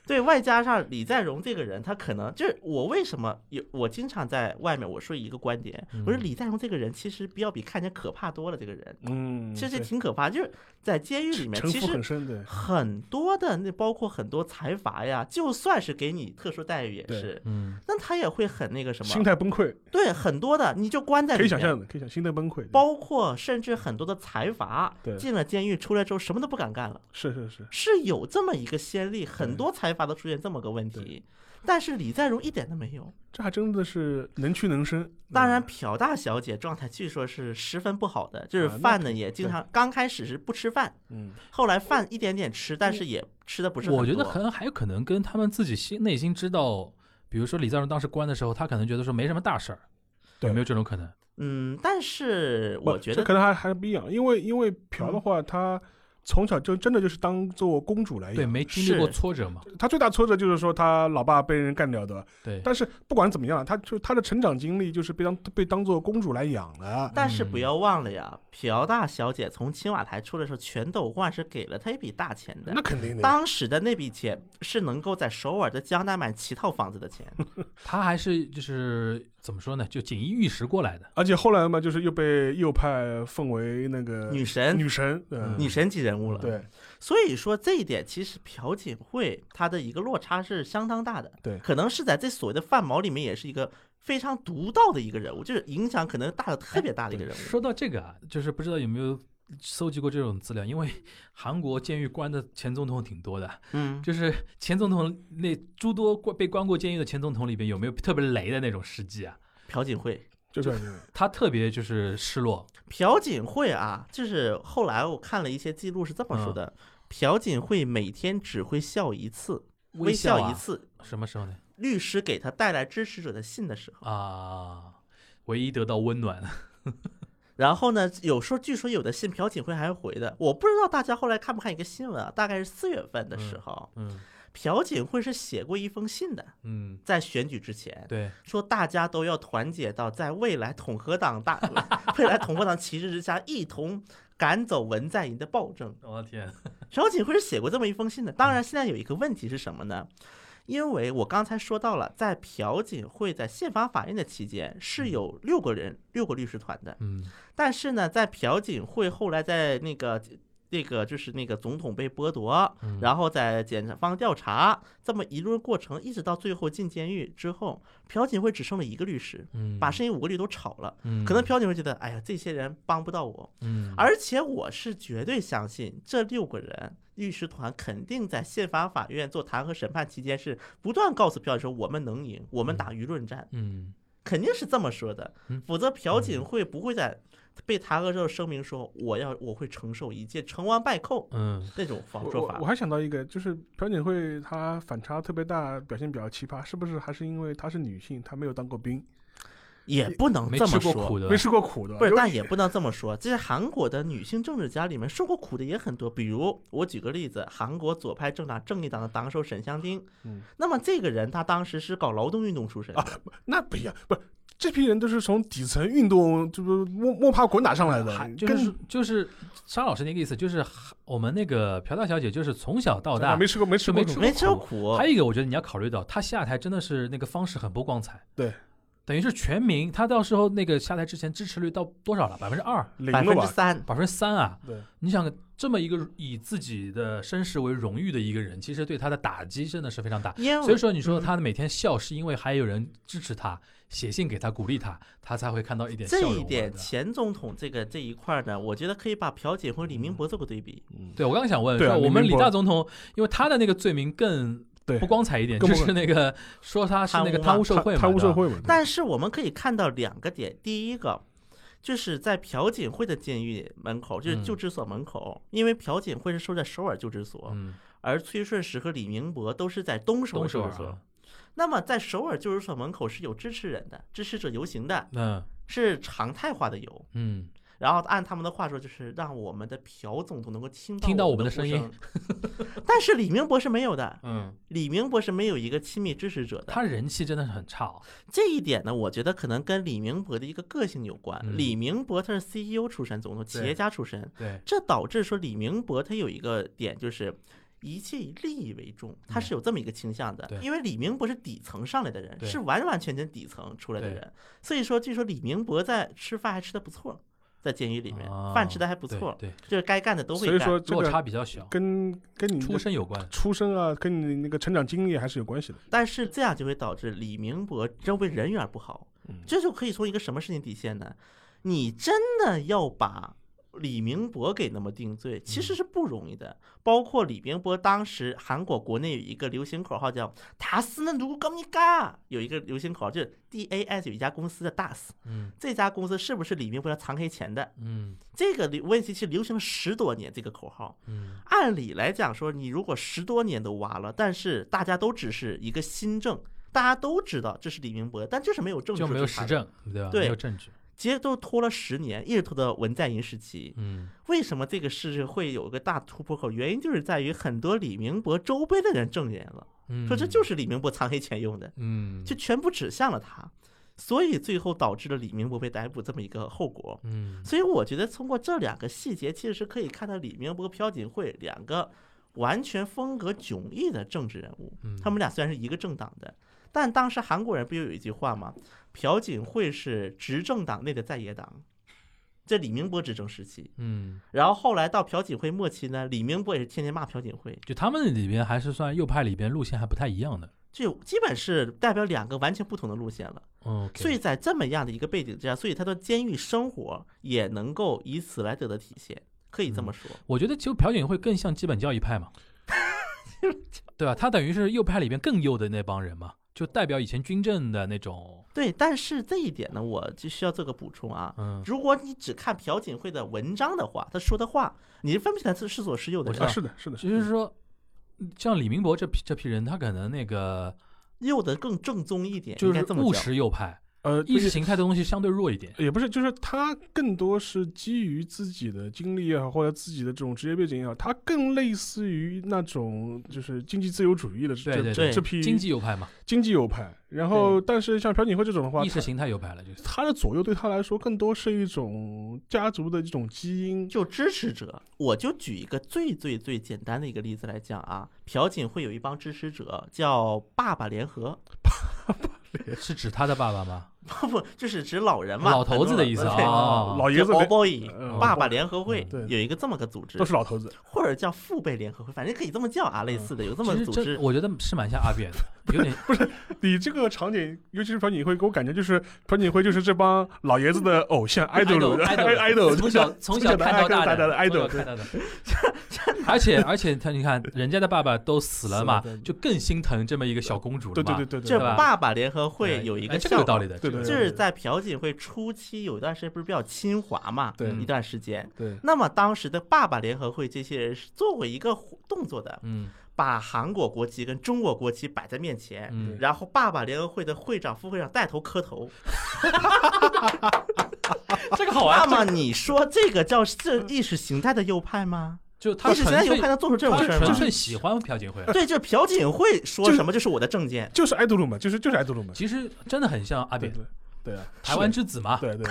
Speaker 2: 对外加上李在镕这个人，他可能就是我为什么有我经常在外面我说一个观点，我说
Speaker 4: 嗯
Speaker 2: 李在镕这个人其实比要比看起来可怕多了，这个人
Speaker 3: 嗯，
Speaker 2: 其实
Speaker 3: 对
Speaker 2: 挺可怕，就是在监狱里面
Speaker 3: 城
Speaker 2: 其
Speaker 3: 府
Speaker 2: 实
Speaker 3: 很深，对，
Speaker 2: 很多的那包括很多财阀呀，就算是给你特殊待遇也
Speaker 3: 对
Speaker 2: 是，
Speaker 4: 嗯，
Speaker 2: 那他也会很那个什
Speaker 3: 心
Speaker 2: 么，
Speaker 3: 态崩溃，
Speaker 2: 对很多的你就关在
Speaker 3: 可以
Speaker 2: 里
Speaker 3: 想
Speaker 2: 面，
Speaker 3: 象的，可以想心态崩溃，对
Speaker 2: 包括甚至很多的财阀
Speaker 3: 对
Speaker 2: 进了监狱出来之后什么都不敢干了，
Speaker 3: 是是是，
Speaker 2: 是有这么一个先例，很多财阀都出现这么个问题，但是李在镕一点都没有。
Speaker 3: 这还真的是能屈能伸。
Speaker 2: 当然，
Speaker 3: 嗯，
Speaker 2: 朴大小姐状态据说是十分不好的，就是
Speaker 3: 啊那
Speaker 2: 饭
Speaker 3: 肯
Speaker 2: 呢也经
Speaker 3: 对
Speaker 2: 常刚开始是不吃饭，
Speaker 3: 嗯，
Speaker 2: 后来饭一点点吃，但是也吃的不是很多。
Speaker 4: 嗯我觉得可能还有可能跟他们自己心内心知道，比如说李在镕当时关的时候，他可能觉得说没什么大事儿，
Speaker 3: 对
Speaker 4: 有没有这种可能？
Speaker 2: 嗯，但是
Speaker 3: 不
Speaker 2: 我觉
Speaker 3: 这
Speaker 2: 得嗯
Speaker 3: 可能还还不一样，因为因为朴的话，她从小就真的就是当做公主来养。
Speaker 4: 对，没经历
Speaker 2: 哎是
Speaker 4: 过挫折嘛？
Speaker 3: 她最大挫折就是说她老爸被人干掉的，
Speaker 4: 对，
Speaker 3: 但是不管怎么样，她就她的成长经历就是被当被当做公主来养的。
Speaker 2: 但是
Speaker 4: 嗯
Speaker 2: 不要忘了呀，朴大小姐从青瓦台出来的时候，全斗焕是给了她一笔大钱的
Speaker 3: 那。肯定的，
Speaker 2: 当时的那笔钱是能够在首尔的江南买七套房子的 钱，
Speaker 4: 他还是就是怎么说呢？就锦衣玉食过来的。
Speaker 3: 而且后来嘛，就是又被右派奉为那个
Speaker 2: 女神，
Speaker 3: 女神，嗯，
Speaker 2: 女神级人物了。
Speaker 3: 对，
Speaker 2: 所以说这一点，其实朴槿惠她的一个落差是相当大的。
Speaker 3: 对
Speaker 2: 可能是在这所谓的范毛里面，也是一个非常独到的一个人物，就是影响可能大的特别大的一个人物。
Speaker 4: 说到这个啊，就是不知道有没有搜集过这种资料，因为韩国监狱关的前总统挺多的，
Speaker 2: 嗯，
Speaker 4: 就是前总统那诸多关被关过监狱的前总统里边，有没有特别雷的那种事迹啊？
Speaker 2: 朴槿惠，
Speaker 3: 就是
Speaker 4: 他特别就是失落，
Speaker 2: 朴槿惠啊，就是后来我看了一些记录是这么说
Speaker 4: 嗯
Speaker 2: 的：朴槿惠每天只会笑一次，微
Speaker 4: 笑
Speaker 2: 笑
Speaker 4: 啊
Speaker 2: 一次。
Speaker 4: 什么时候呢？
Speaker 2: 律师给她带来支持者的信的时候，
Speaker 4: 啊，唯一得到 温暖。
Speaker 2: 然后呢，有时候据说有的信朴槿惠还回的，我不知道大家后来看不看一个新闻啊，大概是四月份的时候，
Speaker 4: 嗯
Speaker 2: 朴槿惠是写过一封信的，
Speaker 4: 嗯，
Speaker 2: 在选举之前，
Speaker 4: 对，
Speaker 2: 说大家都要团结到在未来统合党大未来统合党旗帜之下，一同赶走文在寅的暴政。
Speaker 4: 我的天，
Speaker 2: 朴槿惠是写过这么一封信的。当然，现在有一个问题是什么呢？因为我刚才说到了，在朴槿惠在宪法法院的期间是有六个人、六个律师团的，
Speaker 4: 嗯
Speaker 2: 但是呢，在朴槿惠后来在那个。那个就是那个总统被剥夺，
Speaker 4: 嗯
Speaker 2: 然后在检方调查，这么一路过程，一直到最后进监狱之后，朴槿惠只剩了一个律师，
Speaker 4: 嗯，
Speaker 2: 把剩下五个律都炒了。
Speaker 4: 嗯
Speaker 2: 可能朴槿惠觉得，哎呀，这些人帮不到我，
Speaker 4: 嗯
Speaker 2: 而且我是绝对相信这六个人律师团肯定在宪法法院做弹劾审判期间是不断告诉朴槿惠说我们能赢，我们打舆论战，
Speaker 4: 嗯
Speaker 2: 肯定是这么说的
Speaker 4: 嗯，
Speaker 2: 否则朴槿惠不会在被弹劾之后声明说我要我会承受一切成王败寇
Speaker 4: 嗯
Speaker 2: 那种方
Speaker 3: 我
Speaker 2: 说
Speaker 3: 我
Speaker 2: 法
Speaker 3: 我。还想到一个，就是朴槿惠她反差特别大，表现比较奇葩，是不是还是因为她是女性，她没有当过兵，
Speaker 2: 也不能
Speaker 4: 没
Speaker 2: 这
Speaker 4: 吃
Speaker 2: 么
Speaker 4: 过苦
Speaker 2: 说。
Speaker 4: 的，
Speaker 3: 没吃过苦的？
Speaker 2: 不是，
Speaker 3: 有
Speaker 2: 但也不能这么说。这些韩国的女性政治家里面受过苦的也很多，比如我举个例子，韩国左派政党正义党的党首沈香丁，
Speaker 3: 嗯
Speaker 4: 啊
Speaker 2: 那么这个人他当时是搞劳动运动出身的，
Speaker 3: 那不一样，不是这批人都是从底层运动，这不摸摸爬滚打上来的
Speaker 4: 还，就
Speaker 3: 跟
Speaker 4: 是就是沙老师那个意思，就是我们那个朴大小姐就是从小到
Speaker 3: 啊
Speaker 4: 大
Speaker 3: 没吃过没吃
Speaker 4: 就
Speaker 3: 过
Speaker 4: 没吃
Speaker 3: 苦
Speaker 2: 没吃过苦
Speaker 4: 还，有一个，我觉得你要考虑到，他下台真的是那个方式很不光彩。
Speaker 3: 对，
Speaker 4: 等于是全民，他到时候那个下台之前支持率到多少了？百分之二、
Speaker 3: 零
Speaker 2: 百
Speaker 3: 了
Speaker 2: 分之
Speaker 3: 吧？
Speaker 2: 三，
Speaker 4: 百分之三啊！
Speaker 3: 对，
Speaker 4: 你想这么一个以自己的身世为荣誉的一个人，其实对他的打击真的是非常大。
Speaker 2: 因为
Speaker 4: 所以说，你说他每天笑，是因为还有人支持他，写信给他鼓励他，他才会看到一点笑
Speaker 2: 这
Speaker 4: 容啊。
Speaker 2: 一点，
Speaker 4: 对吧
Speaker 2: 前总统这个这一块儿呢，我觉得可以把朴槿惠、李
Speaker 4: 嗯
Speaker 2: 明博做个对比。
Speaker 4: 对我刚刚想问，
Speaker 3: 对啊
Speaker 4: 说
Speaker 3: 李
Speaker 4: 我们
Speaker 3: 明
Speaker 4: 李
Speaker 3: 博
Speaker 4: 大总统，因为他的那个罪名更
Speaker 3: 对
Speaker 4: 不光彩一点，
Speaker 3: 更
Speaker 4: 就
Speaker 3: 不
Speaker 4: 是那个说他是那个
Speaker 2: 贪
Speaker 4: 贪
Speaker 2: 污
Speaker 4: 污受贿嘛，
Speaker 3: 贪污
Speaker 4: 对吧
Speaker 3: 受贿嘛。
Speaker 2: 但是我们可以看到两个点，第一个就是在朴槿惠的监狱门口，就是
Speaker 4: 嗯
Speaker 2: 救治所门口，因为朴槿惠是收在首尔救治所，
Speaker 4: 嗯，
Speaker 2: 而崔顺实和李明博都是在东首
Speaker 4: 都
Speaker 2: 尔
Speaker 4: 是啊
Speaker 2: 救
Speaker 4: 我
Speaker 2: 治所。那么在首尔救治所门口是有支持人的，支持者游行的，
Speaker 4: 嗯
Speaker 2: 是常态化的游。
Speaker 4: 嗯，
Speaker 2: 然后按他们的话说，就是让我们的朴总统能够听到
Speaker 4: 听到
Speaker 2: 我
Speaker 4: 我们
Speaker 2: 的
Speaker 4: 的
Speaker 2: 呼
Speaker 4: 声音
Speaker 2: 声 但是李明博是没有的，
Speaker 4: 嗯，
Speaker 2: 李明博是没有一个亲密支持者的。
Speaker 4: 他人气真的是很差哦。
Speaker 2: 这一点呢，我觉得可能跟李明博的一个个性有关。
Speaker 4: 嗯
Speaker 2: 李明博他是 CEO 出身，总统企业家出身，
Speaker 4: 对，
Speaker 2: 这导致说李明博他有一个点就是。一切以利益为重，他是有这么一个倾向的。
Speaker 4: 嗯对
Speaker 2: 因为李明博是底层上来的人，
Speaker 4: 对
Speaker 2: 是完完全全底层出来的
Speaker 4: 对
Speaker 2: 人，所以说据说李明博在吃饭还吃的不错，在监狱里面、饭吃的还不
Speaker 4: 哦对
Speaker 2: 错，
Speaker 4: 对，
Speaker 2: 就是该干的都会
Speaker 3: 所
Speaker 2: 干。
Speaker 3: 以说这
Speaker 4: 落
Speaker 3: 个
Speaker 4: 差比较小，
Speaker 3: 跟跟你的
Speaker 4: 啊出身有关。
Speaker 3: 出身啊，跟你那个成长经历还是有关系的。
Speaker 2: 但是这样就会导致李明博周围人缘不好
Speaker 3: 嗯，
Speaker 2: 这就可以从一个什么事情底线呢？你真的要把李明博给那么定罪，其实是不容易的。包括李明博当时韩国国内有一个流行口号叫“达斯嫩如高尼嘎”，有一个流行口号就是 DAS 有一家公司的 DAS，
Speaker 4: 嗯
Speaker 2: 这家公司是不是李明博要藏黑钱的？
Speaker 4: 嗯
Speaker 2: 这个流问题是流行了十多年这个口号，
Speaker 4: 嗯，
Speaker 2: 按理来讲说，你如果十多年都挖了，但是大家都只是一个新政，大家都知道这是李明博，但就是没有证据，
Speaker 4: 就没有实。证，对吧？
Speaker 2: 对
Speaker 4: 没有证据。
Speaker 2: 结都拖了十年，一直拖到文在寅时期。
Speaker 4: 嗯，
Speaker 2: 为什么这个事会有个大突破口？原因就是在于很多李明博周边的人证言了，
Speaker 4: 嗯
Speaker 2: 说这就是李明博藏黑钱用的，
Speaker 4: 嗯，
Speaker 2: 就全部指向了他，所以最后导致了李明博被逮捕这么一个后果。
Speaker 4: 嗯
Speaker 2: 所以我觉得通过这两个细节，其实是可以看到李明博、朴槿惠两个完全风格迥异的政治人物。
Speaker 4: 嗯，
Speaker 2: 他们俩虽然是一个政党的，但当时韩国人不就有一句话吗？朴槿惠是执政党内的在野党。这李明博执政时期，
Speaker 4: 嗯，
Speaker 2: 然后后来到朴槿惠末期呢，李明博也是天天骂朴槿惠，
Speaker 4: 就他们里边还是算右派里边路线还不太一样的。
Speaker 2: 就基本是代表两个完全不同的路线了。
Speaker 4: 嗯，
Speaker 2: 所以在这么样的一个背景之下，所以他的监狱生活也能够以此来得到体现，可以这么说。
Speaker 4: 我觉得其实朴槿惠更像基本教义派嘛， 对吧？他等于是右派里边更右的那帮人嘛，就代表以前军政的那种，
Speaker 2: 对，但是这一点呢，我就需要做个补充啊。
Speaker 4: 嗯，
Speaker 2: 如果你只看朴槿惠的文章的话，她说的话，你是分不出来是是左是右的
Speaker 4: 我知
Speaker 2: 人
Speaker 3: 啊，
Speaker 4: 道
Speaker 2: 的。
Speaker 3: 是的，是的，
Speaker 4: 就是说，像李明博这批这批人，他可能那个
Speaker 2: 右的更正宗一点，哎
Speaker 4: 就
Speaker 2: 应
Speaker 4: 是
Speaker 2: 该这么
Speaker 4: 务
Speaker 2: 讲。
Speaker 4: 实右派，
Speaker 3: 呃，
Speaker 4: 意识形态的东西相对弱一点。
Speaker 3: 也不是，就是他更多是基于自己的经历也好，或者自己的这种职业背景也好，他更类似于那种就是经济自由主义的这
Speaker 4: 对对
Speaker 2: 对
Speaker 3: 这批
Speaker 4: 经济右派嘛，
Speaker 3: 经济右派。然后，但是像朴槿惠这种的话，
Speaker 4: 意识
Speaker 3: 他
Speaker 4: 形态右派了，就是
Speaker 3: 他的左右对他来说更多是一种家族的一种基因。
Speaker 2: 就支持者，我就举一个最最最简单的一个例子来讲啊，朴槿惠有一帮支持者叫“爸爸联合
Speaker 4: 是 指他的爸爸 吗？”，
Speaker 2: 不就是指老人嘛，
Speaker 4: 老头子的意思
Speaker 2: 很多人
Speaker 4: 啊
Speaker 3: 老
Speaker 2: 对
Speaker 3: 爷
Speaker 2: 就
Speaker 3: 子
Speaker 2: old
Speaker 3: 联
Speaker 2: boy，
Speaker 3: 嗯
Speaker 2: 爸爸联合会
Speaker 3: 嗯对
Speaker 2: 有一个这么个组织
Speaker 3: 都，是老头子，
Speaker 2: 或者叫父辈联合会，反正可以这么叫啊，类似的有这么个
Speaker 4: 嗯其实
Speaker 2: 组
Speaker 4: 这
Speaker 2: 织。
Speaker 4: 我觉得是蛮像阿扁的，有点
Speaker 3: 你这个场景，尤其是朴槿惠，给我感觉就是朴槿惠就是这帮老爷子的偶像 idol idol，
Speaker 4: 从小从小看到大
Speaker 3: 的 idol，
Speaker 4: 从小看到大的。 而且而且他你看，人家的爸爸都死了嘛
Speaker 3: 死了对，
Speaker 4: 就更心疼这么一个小公主了
Speaker 3: 对对
Speaker 4: 嘛
Speaker 3: 对对
Speaker 2: 这
Speaker 4: 对吧
Speaker 2: 爸爸联合
Speaker 4: 对
Speaker 2: 会有一
Speaker 4: 哎
Speaker 2: 个
Speaker 4: 这个有
Speaker 2: 效
Speaker 4: 道
Speaker 2: 果
Speaker 4: 理的，
Speaker 3: 对
Speaker 4: 这个
Speaker 3: 对
Speaker 2: 就
Speaker 4: 有
Speaker 2: 是在朴槿惠初期有一段时间不是比较亲华嘛，
Speaker 3: 对
Speaker 2: 一段时间。
Speaker 3: 对，
Speaker 2: 那么当时的爸爸联合会这些人是做过一个活动作的，
Speaker 4: 嗯
Speaker 2: 把韩国国旗跟中国国旗摆在面前，
Speaker 4: 嗯，
Speaker 2: 然后爸爸联合会的会长、副会长带头磕头。
Speaker 4: 这个好
Speaker 2: 那
Speaker 4: 玩，
Speaker 2: 么你说这个叫是意识形态的右派吗？
Speaker 4: 就他
Speaker 2: 意识
Speaker 4: 纯
Speaker 2: 形态右
Speaker 4: 粹
Speaker 2: 派能做出这种
Speaker 4: 他
Speaker 2: 事儿
Speaker 4: 纯
Speaker 2: 吗？
Speaker 4: 粹喜欢朴槿惠。
Speaker 2: 对，就是朴槿惠说
Speaker 3: 就是
Speaker 2: 什么就是我的政见。
Speaker 3: 就是 idol 嘛，就是就是 idol 嘛，
Speaker 4: 其实真的很像阿
Speaker 3: 对
Speaker 4: 扁，
Speaker 3: 对，对啊，
Speaker 4: 台湾之子嘛，
Speaker 3: 对对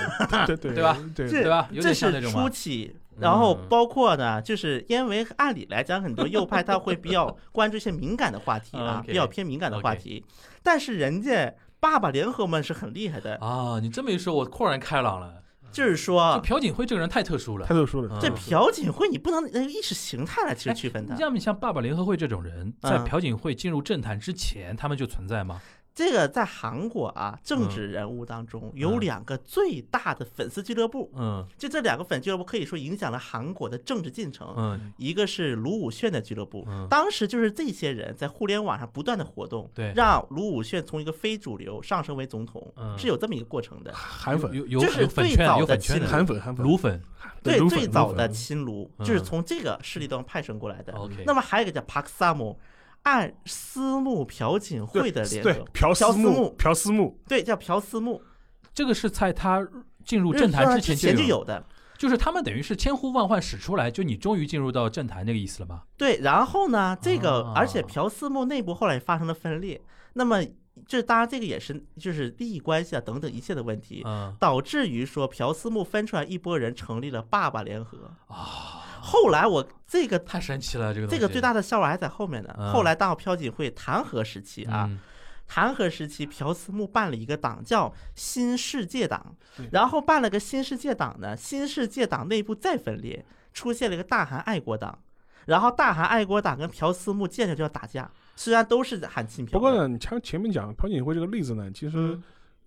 Speaker 3: 对对
Speaker 4: 对吧？
Speaker 3: 对
Speaker 2: 这
Speaker 3: 对
Speaker 4: 对吧有
Speaker 2: 这
Speaker 4: 点像那
Speaker 2: 是
Speaker 4: 种嘛
Speaker 2: 初期，然后
Speaker 4: 嗯
Speaker 2: 包括呢，就是因为按理来讲，很多右派他会比 较关注一些敏感的话题啊，
Speaker 4: OK，
Speaker 2: 比较偏敏感的话
Speaker 4: OK
Speaker 2: 题。但是人家爸爸联合们是很厉害的，
Speaker 4: 啊，你这么一说，我豁然开朗了。
Speaker 2: 就是
Speaker 4: 就
Speaker 2: 说
Speaker 4: 朴槿惠这个人太特殊了
Speaker 3: 太，特殊了，
Speaker 2: 啊这
Speaker 4: 嗯
Speaker 2: 朴槿惠你不能那个意识形态来其实
Speaker 4: 哎
Speaker 2: 区分它。
Speaker 4: 要么像爸爸联合会这种人，在
Speaker 2: 嗯
Speaker 4: 朴槿惠进入政坛之前，他们就存在吗？
Speaker 2: 这个在韩国啊，政治人物当中有
Speaker 4: 嗯
Speaker 2: 两个最大的粉丝俱乐部，
Speaker 4: 嗯
Speaker 2: 就这两个粉丝俱乐部可以说影响了韩国的政治进程。
Speaker 4: 嗯，
Speaker 2: 一个是卢武铉的俱乐部
Speaker 4: 嗯，
Speaker 2: 当时就是这些人在互联网上不断的活动，
Speaker 4: 对
Speaker 2: 让卢武铉从一个非主流上升为总统，
Speaker 4: 嗯
Speaker 2: 是有这么一个过程的。
Speaker 3: 韩粉
Speaker 4: 有有
Speaker 2: 就
Speaker 4: 有
Speaker 2: 是
Speaker 4: 有粉
Speaker 2: 最
Speaker 4: 圈
Speaker 2: 早
Speaker 4: 的，有
Speaker 2: 的
Speaker 4: 粉圈
Speaker 2: 亲
Speaker 4: 的，
Speaker 3: 韩粉韩粉
Speaker 4: 卤粉。
Speaker 2: 对，
Speaker 3: 卢粉
Speaker 2: 最
Speaker 3: 卢
Speaker 2: 早
Speaker 3: 粉
Speaker 2: 的亲卢
Speaker 4: 嗯哦
Speaker 2: 就是从这个势力端派生过来的。
Speaker 4: OK，
Speaker 2: 那么还有一个叫帕克萨姆，按私募朴槿惠的联
Speaker 3: 对
Speaker 2: 合，
Speaker 3: 朴
Speaker 2: 朴
Speaker 3: 思
Speaker 2: 思
Speaker 3: 木
Speaker 2: 木，
Speaker 3: 朴思木，
Speaker 2: 对，叫朴私募，
Speaker 4: 这个是在他进入政
Speaker 2: 之
Speaker 4: 坛之
Speaker 2: 前就
Speaker 4: 就，
Speaker 2: 有的。
Speaker 4: 就是他们等于是千呼万唤始出来，就你终于进入到政坛那个意思了吗？
Speaker 2: 对，然后呢，这个、
Speaker 4: 啊
Speaker 2: 而且朴四木内部后来也发生了分裂，那么这当然这个也是就是利益关系啊等等一切的问题，
Speaker 4: 嗯
Speaker 2: 导致于说朴四木分出来一拨人成立了爸爸联合。
Speaker 4: 啊，
Speaker 2: 后来我这个
Speaker 4: 太神奇了，这个
Speaker 2: 这
Speaker 4: 这
Speaker 2: 个最大的笑话还在后面呢。
Speaker 4: 嗯
Speaker 2: 后来到朴槿惠弹劾时期啊，， 弹劾时期，朴思木办了一个党叫新世界党
Speaker 3: 对，
Speaker 2: 然后办了个新世界党呢，新世界党内部再分裂，出现了一个大韩爱国党，然后大韩爱国党跟朴思木见着就要打架，虽然都是喊亲朴的，
Speaker 3: 不过呢，你前前面讲朴槿惠这个例子呢，其实
Speaker 2: 嗯，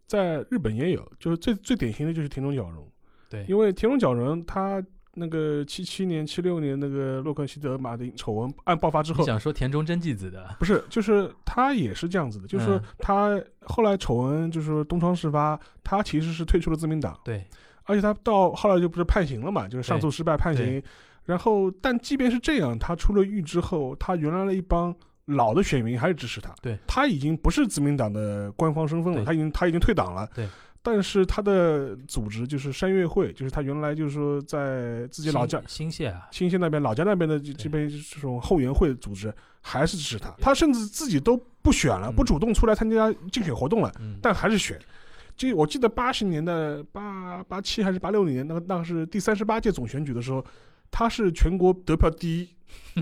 Speaker 3: 在日本也有，就是最最典型的就是田中角荣，
Speaker 4: 对，
Speaker 3: 因为田中角荣他那个七七年、七六年那个洛克希德马丁丑闻案爆发之
Speaker 4: 你
Speaker 3: 后，
Speaker 4: 想说田中真纪子的，
Speaker 3: 不是，就是他也是这样子的，就是说
Speaker 4: 嗯
Speaker 3: 他后来丑闻就是说东窗事发，他其实是退出了自民党，
Speaker 4: 对，
Speaker 3: 而且他到后来就不是判刑了嘛，就是上诉失败判
Speaker 4: 对
Speaker 3: 刑。然后，但即便是这样，他出了狱之后，他原来的一帮老的选民还是支持他。
Speaker 4: 对，
Speaker 3: 他已经不是自民党的官方身份了，
Speaker 4: 对
Speaker 3: 他已经他已经退党了。
Speaker 4: 对。
Speaker 3: 但是他的组织就是山岳会，就是他原来就是说在自己老家
Speaker 4: 新谢啊，
Speaker 3: 新县那边、老家那边的这
Speaker 4: 对
Speaker 3: 这边这种后援会组织，还是支持他。他甚至自己都不选了，
Speaker 4: 嗯
Speaker 3: 不主动出来参加竞选活动了。
Speaker 4: 嗯，
Speaker 3: 但还是选。这我记得八十年代八八七还是八六年，那个那个是第三十八届总选举的时候，他是全国得票第 一，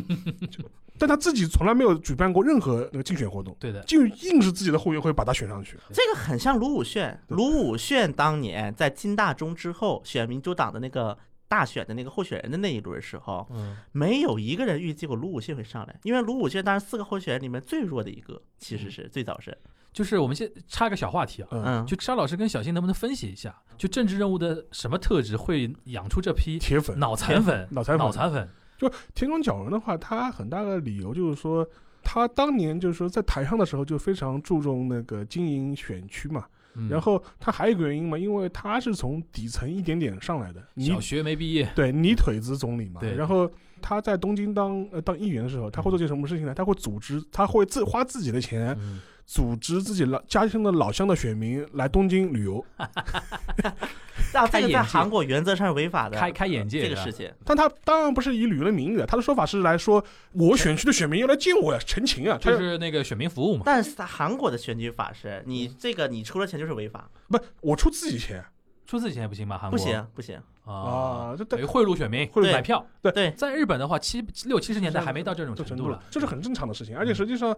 Speaker 3: 就但他自己从来没有举办过任何那个竞选活动，
Speaker 4: 对的，
Speaker 3: 就硬是自己的后援会把他选上去。
Speaker 2: 这个很像卢武铉，
Speaker 3: 对
Speaker 2: 卢武铉当年在金大中之后选民主党的那个。大选的那个候选人的那一轮时候，
Speaker 4: 嗯，
Speaker 2: 没有一个人预计过卢武铉会上来，因为卢武铉当时四个候选人里面最弱的一个，其
Speaker 4: 嗯
Speaker 2: 实是最早是，
Speaker 4: 就是我们先插个小话题啊，
Speaker 3: 嗯，
Speaker 2: 嗯，
Speaker 4: 就沙老师跟小新能不能分析一下，就政治任务的什么特质会养出这批
Speaker 3: 铁粉
Speaker 4: 脑残粉、
Speaker 3: 脑残粉
Speaker 4: 脑残粉？
Speaker 3: 田中角荣的话，他很大的理由就是说，他当年就是说在台上的时候就非常注重那个经营选区嘛，
Speaker 4: 嗯
Speaker 3: 然后他还有一个原因嘛，因为他是从底层一点点上来的，你
Speaker 4: 小学没毕业，
Speaker 3: 对泥腿子总理嘛。
Speaker 4: 对
Speaker 3: 然后他在东京当呃当议员的时候，他会做些什么事情呢？他会组织，他会自花自己的钱
Speaker 4: 嗯
Speaker 3: 组织自己老家乡的老乡的选民来东京旅游，
Speaker 2: 那这
Speaker 4: 开
Speaker 2: 个
Speaker 4: 眼
Speaker 2: 在
Speaker 4: 界
Speaker 2: 韩国原则上是违法的，
Speaker 4: 开开眼界
Speaker 2: 这个
Speaker 4: 是吧
Speaker 2: 事情。
Speaker 3: 但他当然不是以旅游的名义的，他的说法是来说我选区的选民要来见我呀，陈情啊，他
Speaker 4: 就是那个选民服务嘛，
Speaker 2: 但是在韩国的选举法是，你这个你出了钱就是违法，
Speaker 3: 不我出自己钱
Speaker 4: 出自己钱不行吧？韩
Speaker 2: 不
Speaker 4: 国
Speaker 2: 行不行。
Speaker 4: 啊，
Speaker 3: 啊，这
Speaker 4: 等于
Speaker 3: 对
Speaker 4: 贿赂选民，
Speaker 3: 贿赂
Speaker 4: 买票。
Speaker 2: 对，
Speaker 4: 在日本的话，七六七十年代还没到这种
Speaker 3: 这
Speaker 4: 程
Speaker 3: 程
Speaker 4: 度
Speaker 3: 度
Speaker 4: 了嗯
Speaker 3: 了，，这是很正常的事情。而且实际上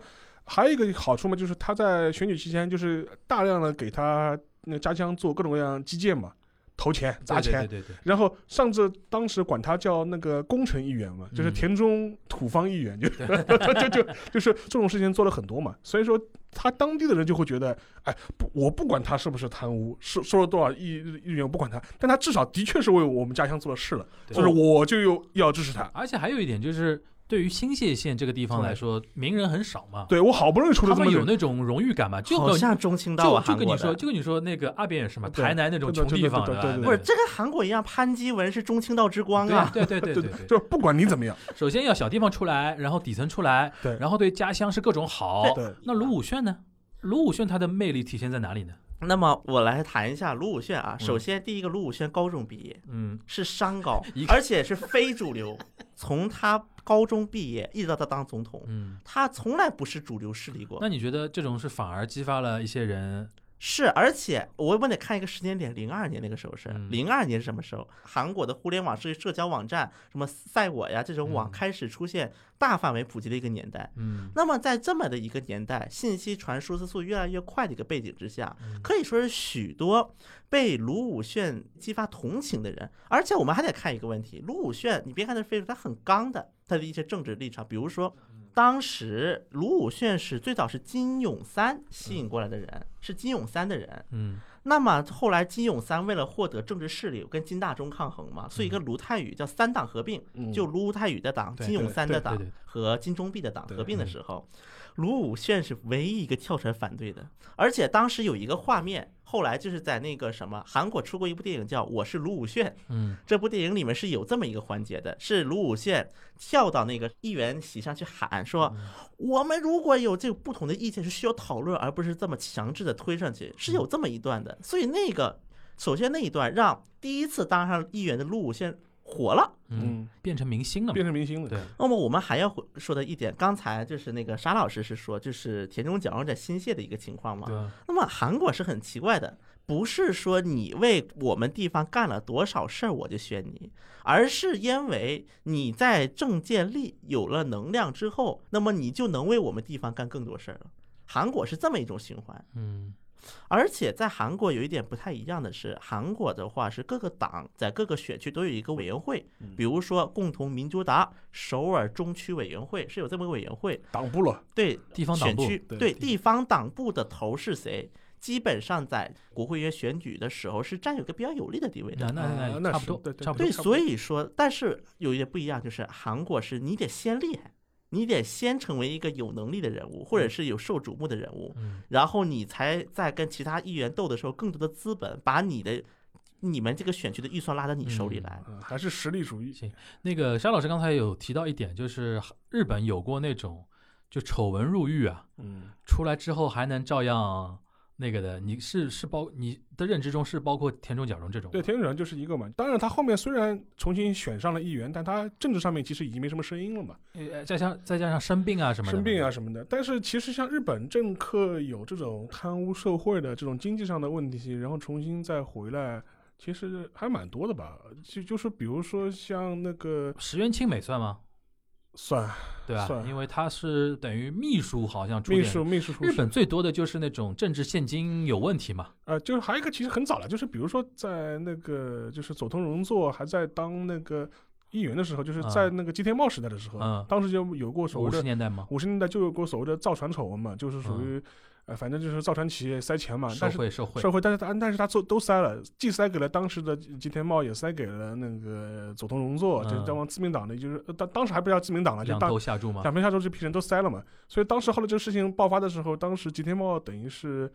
Speaker 3: 还有一个好处嘛，就是他在选举期间就是大量的给他那家乡做各种各样基建嘛，投钱砸钱，
Speaker 4: 对对对对
Speaker 3: 然后上次当时管他叫那个工程议员嘛，就是
Speaker 4: 嗯
Speaker 3: 田中土方议员，就是 就就就是这种事情做了很多嘛，所以说他当地的人就会觉得，哎，不，我不管他是不是贪污，收收了多少亿亿元，我不管他，但他至少的确是为我们家乡做了事了，
Speaker 4: 对，
Speaker 3: 就是我就有要支持他，
Speaker 4: 而且还有一点就是，对于新泻县这个地方来说，名人很少嘛，
Speaker 3: 对我好不容易出了这
Speaker 4: 他
Speaker 3: 么
Speaker 4: 们有
Speaker 3: 个。
Speaker 4: 那种荣誉感嘛，就
Speaker 2: 好
Speaker 4: 跟
Speaker 2: 像中青道
Speaker 4: 就
Speaker 2: 啊，
Speaker 4: 就
Speaker 2: 韩
Speaker 4: 跟
Speaker 2: 国
Speaker 4: 你说，
Speaker 2: 的。
Speaker 4: 就跟你说那个阿扁也是嘛，
Speaker 3: 对
Speaker 4: 台南那种
Speaker 3: 对
Speaker 4: 穷
Speaker 3: 对
Speaker 4: 地方
Speaker 3: 对对
Speaker 4: 吧
Speaker 3: 对对
Speaker 2: 不是，这跟韩国一样，潘基文是中青道之光啊。
Speaker 4: 对对对
Speaker 3: 对
Speaker 4: 对对
Speaker 3: 对，
Speaker 4: 对
Speaker 3: 就是不管你怎么样，
Speaker 4: 首先要小地方出来，然后底层出来，
Speaker 3: 对
Speaker 4: 然后对家乡是各种好。
Speaker 3: 对，
Speaker 4: 那卢武铉呢？卢武铉他的魅力体现在哪里呢？
Speaker 2: 那么我来谈一下卢武铉啊。
Speaker 4: 嗯
Speaker 2: 首先，第一个卢武铉高中毕业
Speaker 4: 嗯，
Speaker 2: 是商高
Speaker 4: 一，
Speaker 2: 而且是非主流。从他高中毕业一直到他当总统，
Speaker 4: 嗯，
Speaker 2: 他从来不是主流势力过
Speaker 4: 那。你觉得这种是反而激发了一些人
Speaker 2: 是，而且我们得看一个时间点，零二年那个时候是
Speaker 4: 嗯
Speaker 2: 零二、年是什么时候？韩国的互联网是社交网站，什么赛我呀这种网
Speaker 4: 嗯
Speaker 2: 开始出现大范围普及的一个年代。
Speaker 4: 嗯
Speaker 2: 那么在这么的一个年代，信息传输速度越来越快的一个背景之下，可以说是许多被卢武铉激发同情的人。而且我们还得看一个问题，卢武铉，你别看他非常，他很刚的，他的一些政治立场，比如说。当时卢武铉是最早是金泳三吸引过来的人，是金泳三的人。
Speaker 4: 嗯
Speaker 2: 那么后来金泳三为了获得政治势力，跟金大中抗衡嘛，所以跟卢泰愚叫三党合并，
Speaker 3: 嗯
Speaker 2: 就卢泰愚的党、
Speaker 4: 嗯对
Speaker 2: 金泳三的党
Speaker 4: 对对对嗯
Speaker 2: 和金钟弼的党
Speaker 3: 对
Speaker 2: 合并的时候，卢武铉是唯一一个跳出来反对的。而且当时有一个画面，后来就是在那个什么韩国出过一部电影叫《我是卢武铉》，
Speaker 4: 嗯
Speaker 2: 这部电影里面是有这么一个环节的，是卢武铉跳到那个议员席上去喊说：“我们如果有这个不同的意见，是需要讨论，而不是这么强制的推上去。”是有这么一段的，所以那个首先那一段让第一次当上议员的卢武铉火了。
Speaker 4: 嗯，变成明星了嘛
Speaker 3: 变？成明星了。
Speaker 4: 对，
Speaker 2: 那么我们还要回说的一点，刚才就是那个沙老师是说，就是田中角荣在新泻的一个情况嘛。
Speaker 4: 对啊，
Speaker 2: 那么韩国是很奇怪的，不是说你为我们地方干了多少事儿我就选你，而是因为你在政界力有了能量之后，那么你就能为我们地方干更多事儿了。韩国是这么一种循环，
Speaker 4: 嗯
Speaker 2: 而且在韩国有一点不太一样的是，韩国的话是各个党在各个选区都有一个委员会，比如说共同民主党首尔中区委员会是有这么个委员会，
Speaker 3: 挡不了，
Speaker 2: 对
Speaker 4: 地方党
Speaker 2: 选
Speaker 4: 部
Speaker 2: 区，
Speaker 3: 对
Speaker 2: 对地方党部的头是谁，基本上在国会议员选举的时候是占有一个比较有利的地位
Speaker 4: 那
Speaker 2: 的。
Speaker 3: 啊
Speaker 4: 那
Speaker 3: 那
Speaker 4: 差
Speaker 3: 是
Speaker 4: 不多
Speaker 3: 对，对
Speaker 4: 差不多
Speaker 2: 对，
Speaker 3: 那差不
Speaker 2: 所以说，但是有一点不一样，就是韩国是你得先厉害，你得先成为一个有能力的人物，或者是有受瞩目的人物，
Speaker 4: 嗯
Speaker 2: 然后你才在跟其他议员斗的时候，更多的资本把你的、你们这个选区的预算拉到你手里来。啊
Speaker 3: 嗯还是实力主义。
Speaker 4: 那个沙老师刚才有提到一点，就是日本有过那种就丑闻入狱啊，
Speaker 3: 嗯，
Speaker 4: 出来之后还能照样那个的。你是是包你的认知中是包括田中角荣这种吗？
Speaker 3: 对，田中角就是一个嘛。当然，他后面虽然重新选上了议员，但他政治上面其实已经没什么声音了嘛，
Speaker 4: 呃，再加上再加上生病啊什么的，
Speaker 3: 生病啊，什么的。但是其实像日本政客有这种贪污受贿的这种经济上的问题，然后重新再回来，其实还蛮多的吧。就就是比如说像那个
Speaker 4: 石原清美算吗？
Speaker 3: 算
Speaker 4: 对吧、
Speaker 3: 算
Speaker 4: 因为他是等于秘书，好像出
Speaker 3: 秘
Speaker 4: 点
Speaker 3: 书秘书处
Speaker 4: 日本最多的就是那种政治现金有问题嘛，
Speaker 3: 呃，就是还有一个其实很早了，就是比如说在那个就是佐藤荣作还在当那个议员的时候，就是
Speaker 4: 嗯
Speaker 3: 在那个吉田茂时代的时候，
Speaker 4: 嗯
Speaker 3: 当时就有过所
Speaker 4: 五
Speaker 3: 谓
Speaker 4: 十
Speaker 3: 的
Speaker 4: 年代啊嘛，
Speaker 3: 五十年代就有过所谓的造船丑闻嘛，就是属于、呃反正就是造船企业塞钱嘛，
Speaker 4: 受
Speaker 3: 啊但是
Speaker 4: 贿受贿，
Speaker 3: 社会，但是他但是他做都塞了，既塞给了当时的吉田茂，也塞给了那个佐藤荣作，就是
Speaker 4: 嗯
Speaker 3: 这帮自民党的，就是呃当当时还不叫自民党了，就
Speaker 4: 两
Speaker 3: 当
Speaker 4: 头啊下注嘛，
Speaker 3: 两边下周这批人都塞了嘛，所以当时后来这个事情爆发的时候，当时吉田茂等于是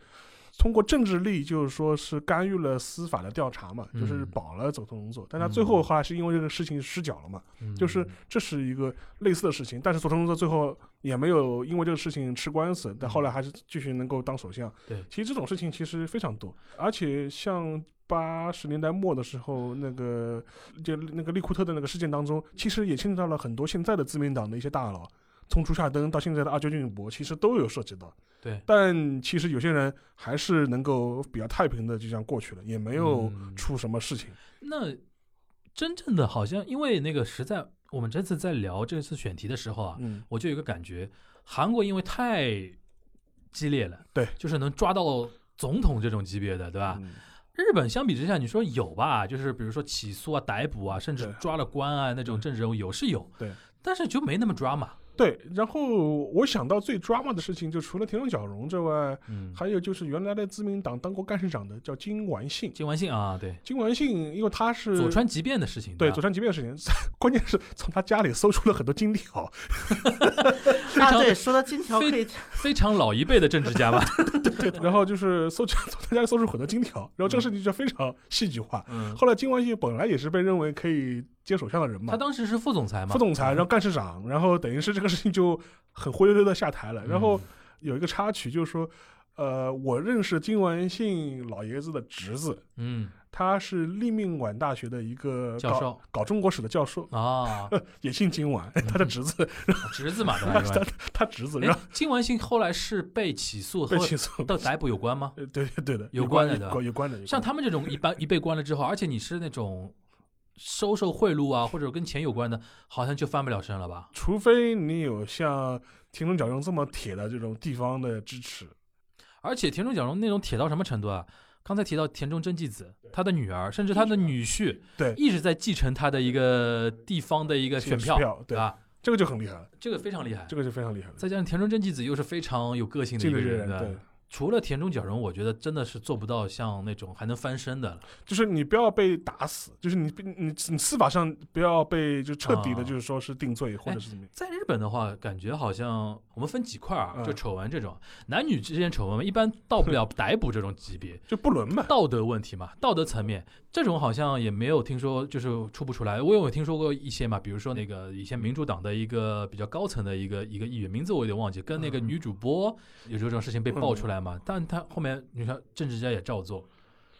Speaker 3: 通过政治力，就是说是干预了司法的调查嘛，
Speaker 4: 嗯
Speaker 3: 就是保了佐藤荣作，但他最后
Speaker 4: 嗯
Speaker 3: 后来是因为这个事情失脚了嘛，就是
Speaker 4: 嗯
Speaker 3: 这是一个类似的事情，但是佐藤荣作最后也没有因为这个事情吃官司，但后来还是继续能够当首相。
Speaker 4: 嗯对
Speaker 3: 其实这种事情其实非常多，而且像。八十年代末的时候，那个就那个利库特的那个事件当中，其实也牵扯到了很多现在的自民党的一些大佬，从竹下登到现在的阿久俊博，其实都有涉及到。
Speaker 4: 对，
Speaker 3: 但其实有些人还是能够比较太平的就这样过去了，也没有
Speaker 4: 嗯
Speaker 3: 出什么事情。
Speaker 4: 那真正的好像，因为那个实在，我们这次在聊这次选题的时候啊，
Speaker 3: 嗯，
Speaker 4: 我就有一个感觉，韩国因为太激烈了，
Speaker 3: 对
Speaker 4: 就是能抓到总统这种级别的，对吧？
Speaker 3: 嗯
Speaker 4: 日本相比之下，你说有吧？就是比如说起诉啊、逮捕啊，甚至
Speaker 3: 对嗯
Speaker 4: 抓了官啊那种政治人物有是有，
Speaker 3: 对，
Speaker 4: 但是就没那么抓嘛，
Speaker 3: 对。然后我想到最 drama 的事情，就除了田中角荣之外，
Speaker 4: 嗯，
Speaker 3: 还有就是原来的自民党当过干事长的叫金完信。
Speaker 4: 金完信啊，对，
Speaker 3: 金完信，因为他是
Speaker 4: 佐川急便的事情，
Speaker 3: 嗯对
Speaker 4: 吧
Speaker 3: 佐川急便的事情， 关键是从他家里搜出了很多金条，
Speaker 2: 啊，
Speaker 4: 常
Speaker 2: 对，说到金条可以，
Speaker 4: 非常老一辈的政治家 吧，
Speaker 3: 对，然后就是搜出 从他家里搜出很多金条，然后这个事情就非常戏剧化。
Speaker 4: 嗯，
Speaker 3: 后来金完信本来也是被认为可以接首相的人嘛
Speaker 4: 他，当嗯时是副总裁嘛，
Speaker 3: 副总裁，然后干事长，然后等于是这个事情就很灰溜溜的下台了。
Speaker 4: 嗯，
Speaker 3: 然后有一个插曲就是说，呃，我认识金完信老爷子的侄子，
Speaker 4: 嗯，
Speaker 3: 他是立命馆大学的一个
Speaker 4: 教
Speaker 3: 搞
Speaker 4: 授
Speaker 3: 搞中国史的教授，
Speaker 4: 啊，
Speaker 3: 也姓金晚，他的侄子，
Speaker 4: 侄子嘛，对吧对吧？
Speaker 3: 他侄子让
Speaker 4: 哎，金完信后来是被起诉和
Speaker 3: 被起诉，
Speaker 4: 到逮捕有关吗？
Speaker 3: 呃对对对的，
Speaker 4: 有
Speaker 3: 关
Speaker 4: 关的
Speaker 3: 有有关的，有
Speaker 4: 像
Speaker 3: 关的
Speaker 4: 他们这种一般一被关了之后，而且你是那种收受贿赂啊，或者跟钱有关的，好像就翻不了身了吧？
Speaker 3: 除非你有像田中角荣这么铁的这种地方的支持，
Speaker 4: 而且田中角荣那种铁到什么程度啊？刚才提到田中真纪子，她的女儿，甚至她的女婿，
Speaker 3: 对
Speaker 4: 一直在继承她的一个地方的一个选
Speaker 3: 选票对
Speaker 4: 吧？
Speaker 3: 这个就很厉害了，
Speaker 4: 这个非常厉害。
Speaker 3: 这个就非常厉害了。
Speaker 4: 再加上田中真纪子又是非常有个性的
Speaker 3: 这
Speaker 4: 一
Speaker 3: 个
Speaker 4: 个
Speaker 3: 人
Speaker 4: 人，
Speaker 3: 对，
Speaker 4: 除了田中角荣，我觉得真的是做不到像那种还能翻身的了。
Speaker 3: 就是你不要被打死，就是你你你你司法上不要被就彻底的，
Speaker 4: 啊
Speaker 3: 就是说是定罪或者是怎么样。
Speaker 4: 在日本的话，感觉好像我们分几块啊，
Speaker 3: 嗯
Speaker 4: 就丑闻这种，男女之间丑闻一般到不了逮捕这种级别，
Speaker 3: 就不伦嘛，
Speaker 4: 道德问题嘛，道德层面这种好像也没有听说，就是出不出来。我有听说过一些嘛，比如说那个以前民主党的一个比较高层的一个一个议员，名字我有点忘记，跟那个女主播有这种事情被爆出来嘛，
Speaker 3: 嗯
Speaker 4: 但他后面你看政治家也照做，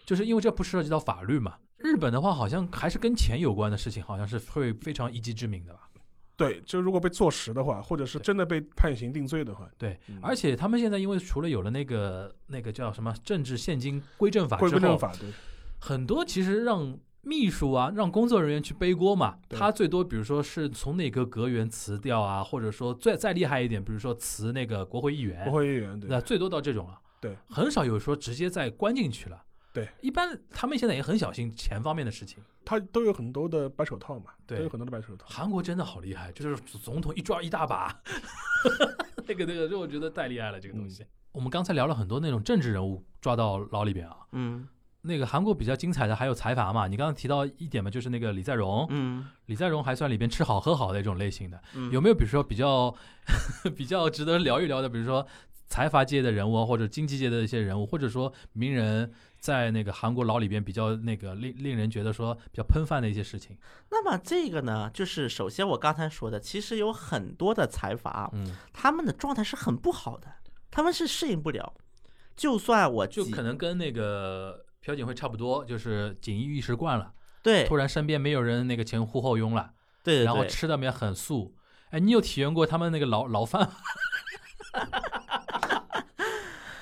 Speaker 4: 就是因为这不涉及到法律嘛。日本的话，好像还是跟钱有关的事情，好像是会非常一击致命的吧。
Speaker 3: 对，就如果被坐实的话，或者是真的被判刑定罪的话，
Speaker 4: 对
Speaker 3: 嗯，
Speaker 4: 而且他们现在因为除了有了那个那个叫什么政治现金归正法
Speaker 3: 归
Speaker 4: 之
Speaker 3: 归正
Speaker 4: 后，
Speaker 3: 法对，
Speaker 4: 很多其实让秘书啊，让工作人员去背锅嘛。
Speaker 3: 对
Speaker 4: 他最多比如说是从哪个阁员辞掉啊，或者说再再厉害一点，比如说辞那个国会议员
Speaker 3: 国，会议员对，
Speaker 4: 哎那最多到这种了。
Speaker 3: 对，
Speaker 4: 很少有说直接再关进去了。
Speaker 3: 对，
Speaker 4: 一般他们现在也很小心钱方面的事情。
Speaker 3: 他都有很多的白手套嘛，都
Speaker 4: 对
Speaker 3: 有很多的白手套。
Speaker 4: 韩国真的好厉害，就是总统一抓一大把， 那个那个，这我觉得太厉害了，这个东
Speaker 3: 嗯
Speaker 4: 西。我们刚才聊了很多那种政治人物抓到牢里边啊，
Speaker 2: 嗯
Speaker 4: 那个韩国比较精彩的还有财阀嘛，你刚刚提到一点嘛，就是那个李在镕，
Speaker 2: 嗯
Speaker 4: 李在镕还算里边吃好喝好的一种类型的，
Speaker 2: 嗯，
Speaker 4: 有没有比如说比较 比较值得聊一聊的，比如说财阀界的人物啊，或者经济界的一些人物，或者说名人在那个韩国牢里边比较那个令令人觉得说比较喷饭的一些事情，
Speaker 2: 那么这个呢，就是首先我刚才说的，其实有很多的财阀，
Speaker 4: 嗯，
Speaker 2: 他们的状态是很不好的，他们是适应不了。就算我
Speaker 4: 就
Speaker 2: 几
Speaker 4: 可能跟那个朴槿惠差不多，就是锦衣玉食惯了，
Speaker 2: 对
Speaker 4: 突然身边没有人那个前呼后拥了，
Speaker 2: 对对
Speaker 4: 然后
Speaker 2: 对
Speaker 4: 吃的也很素。哎，你有体验过他们那个牢牢饭吗？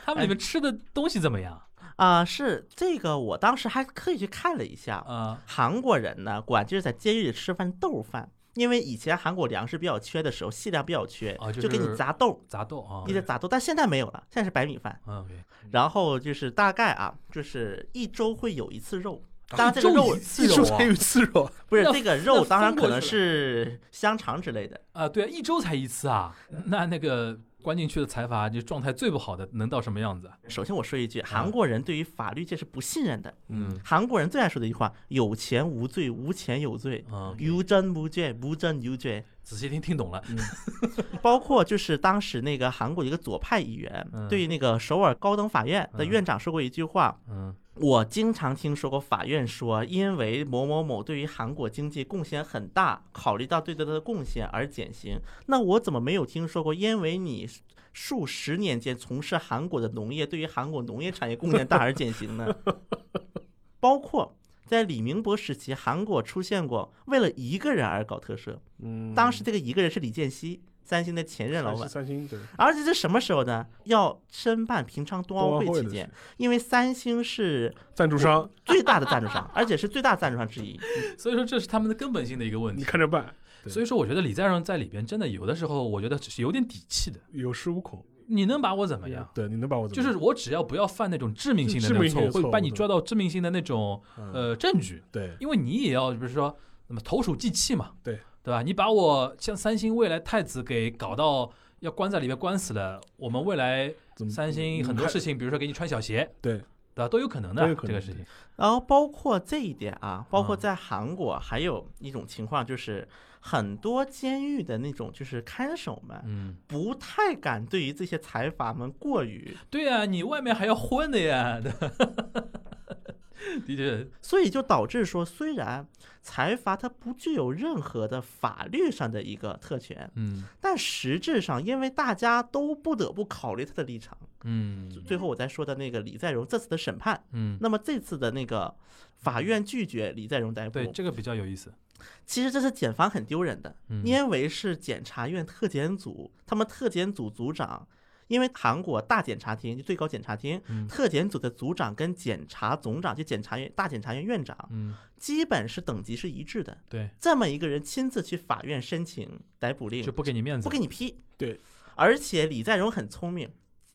Speaker 4: 他们里面
Speaker 2: 哎
Speaker 4: 吃的东西怎么样
Speaker 2: 啊、是这个，我当时还特意去看了一下，
Speaker 4: 啊？
Speaker 2: 韩国人呢，管就是在监狱里吃饭豆饭，因为以前韩国粮食比较缺的时候，细粮比较缺，
Speaker 4: 啊就
Speaker 2: 就给你
Speaker 4: 是
Speaker 2: 砸豆，
Speaker 4: 杂豆啊
Speaker 2: 一，直砸豆，但现在没有了，现在是白米饭。
Speaker 4: 嗯，OK，
Speaker 2: 然后就是大概啊，就是一周会有一次肉，当然这个
Speaker 4: 周
Speaker 2: 肉
Speaker 4: 啊
Speaker 2: 啊
Speaker 4: 一次
Speaker 3: 一周
Speaker 4: 肉
Speaker 3: 才有一次肉，
Speaker 2: 不是
Speaker 4: 那
Speaker 2: 这个
Speaker 4: 那
Speaker 2: 肉，
Speaker 4: 分
Speaker 2: 当然
Speaker 4: 过
Speaker 2: 可能
Speaker 4: 去
Speaker 2: 是香肠之类的。
Speaker 4: 啊，啊，对，一周才一次啊。那那个关进去的财阀，就状态最不好的，能到什么样子啊？
Speaker 2: 首先我说一句，韩国人对于法律界是不信任的。
Speaker 4: 嗯
Speaker 2: 韩国人最爱说的一句话：有钱无罪，无钱有罪。
Speaker 4: 嗯，
Speaker 2: 无证无罪，无证有罪。
Speaker 4: 仔细听听懂了，
Speaker 3: 嗯
Speaker 2: 包括就是当时那个韩国一个左派议员
Speaker 4: 嗯
Speaker 2: 对那个首尔高等法院的院长说过一句话，
Speaker 4: 嗯
Speaker 2: 我经常听说过法院说，因为某某某对于韩国经济贡献很大，考虑到对他的贡献而减刑。那我怎么没有听说过，因为你数十年间从事韩国的农业，对于韩国农业产业贡献大而减刑 呢？包括在李明博时期，韩国出现过为了一个人而搞特赦，
Speaker 3: 嗯，
Speaker 2: 当时这个一个人是李健熙，三星的前任老板
Speaker 3: 三。三星对，
Speaker 2: 而且这什么时候呢？要申办平昌冬奥
Speaker 3: 冬奥会
Speaker 2: 会
Speaker 3: 的
Speaker 2: 期
Speaker 3: 事
Speaker 2: 间，因为三星是
Speaker 3: 赞助商
Speaker 2: 最大的赞助商，而且是最大赞助商之一。
Speaker 4: 所以说这是他们的根本性的一个问
Speaker 3: 你
Speaker 4: 题。
Speaker 3: 看着办，对
Speaker 4: 所以说，我觉得李在镕在里边真的有的时候，我觉得是有点底气的。
Speaker 3: 有恃无恐，
Speaker 4: 你能把我怎么样？
Speaker 3: 对，你能把我怎么
Speaker 4: 哎就
Speaker 3: 样？
Speaker 4: 是我只要不要犯那种致命性的
Speaker 3: 致
Speaker 4: 那
Speaker 3: 命
Speaker 4: 种
Speaker 3: 性的
Speaker 4: 错误，会
Speaker 3: 错误
Speaker 4: 把你
Speaker 3: 对
Speaker 4: 抓到致命性的那种
Speaker 3: 嗯
Speaker 4: 呃证据，
Speaker 3: 对
Speaker 4: 因为你也要比如说那么投鼠忌器嘛，
Speaker 3: 对
Speaker 4: 对吧？你把我像三星未来太子给搞到要关在里面关死了，我们未来
Speaker 3: 怎么
Speaker 4: 三星很多事情，比如说给你穿小鞋，
Speaker 3: 对
Speaker 4: 对吧，都有可能的
Speaker 3: 都有可能
Speaker 4: 这个事情。
Speaker 2: 然后包括这一点啊，包括
Speaker 4: 嗯
Speaker 2: 在韩国还有一种情况，就是很多监狱的那种就是看守们
Speaker 4: 嗯，
Speaker 2: 不太敢对于这些财阀们过于
Speaker 4: 啊 对呀、你外面还要混的呀，对吧的确，
Speaker 2: 所以就导致说，虽然财阀它不具有任何的法律上的一个特权，
Speaker 4: 嗯
Speaker 2: 但实质上，因为大家都不得不考虑他的立场。
Speaker 4: 嗯
Speaker 2: 最后我再说的那个李在镕这次的审判，
Speaker 4: 嗯，
Speaker 2: 那么这次的那个法院拒绝李在镕逮捕
Speaker 4: 对，，这个比较有意思。
Speaker 2: 其实这是检方很丢人的，
Speaker 4: 嗯
Speaker 2: 因为是检察院特检组，他们特检组组长，因为韩国大检察厅就最高检察厅
Speaker 4: 嗯
Speaker 2: 特检组的组长跟检察总长，就检察院大检察院院长，
Speaker 4: 嗯，
Speaker 2: 基本是等级是一致的。
Speaker 4: 对，
Speaker 2: 这么一个人亲自去法院申请逮捕令
Speaker 4: 就，不给你面子，
Speaker 2: 不给你批。
Speaker 3: 对，
Speaker 2: 而且李在镕很聪明，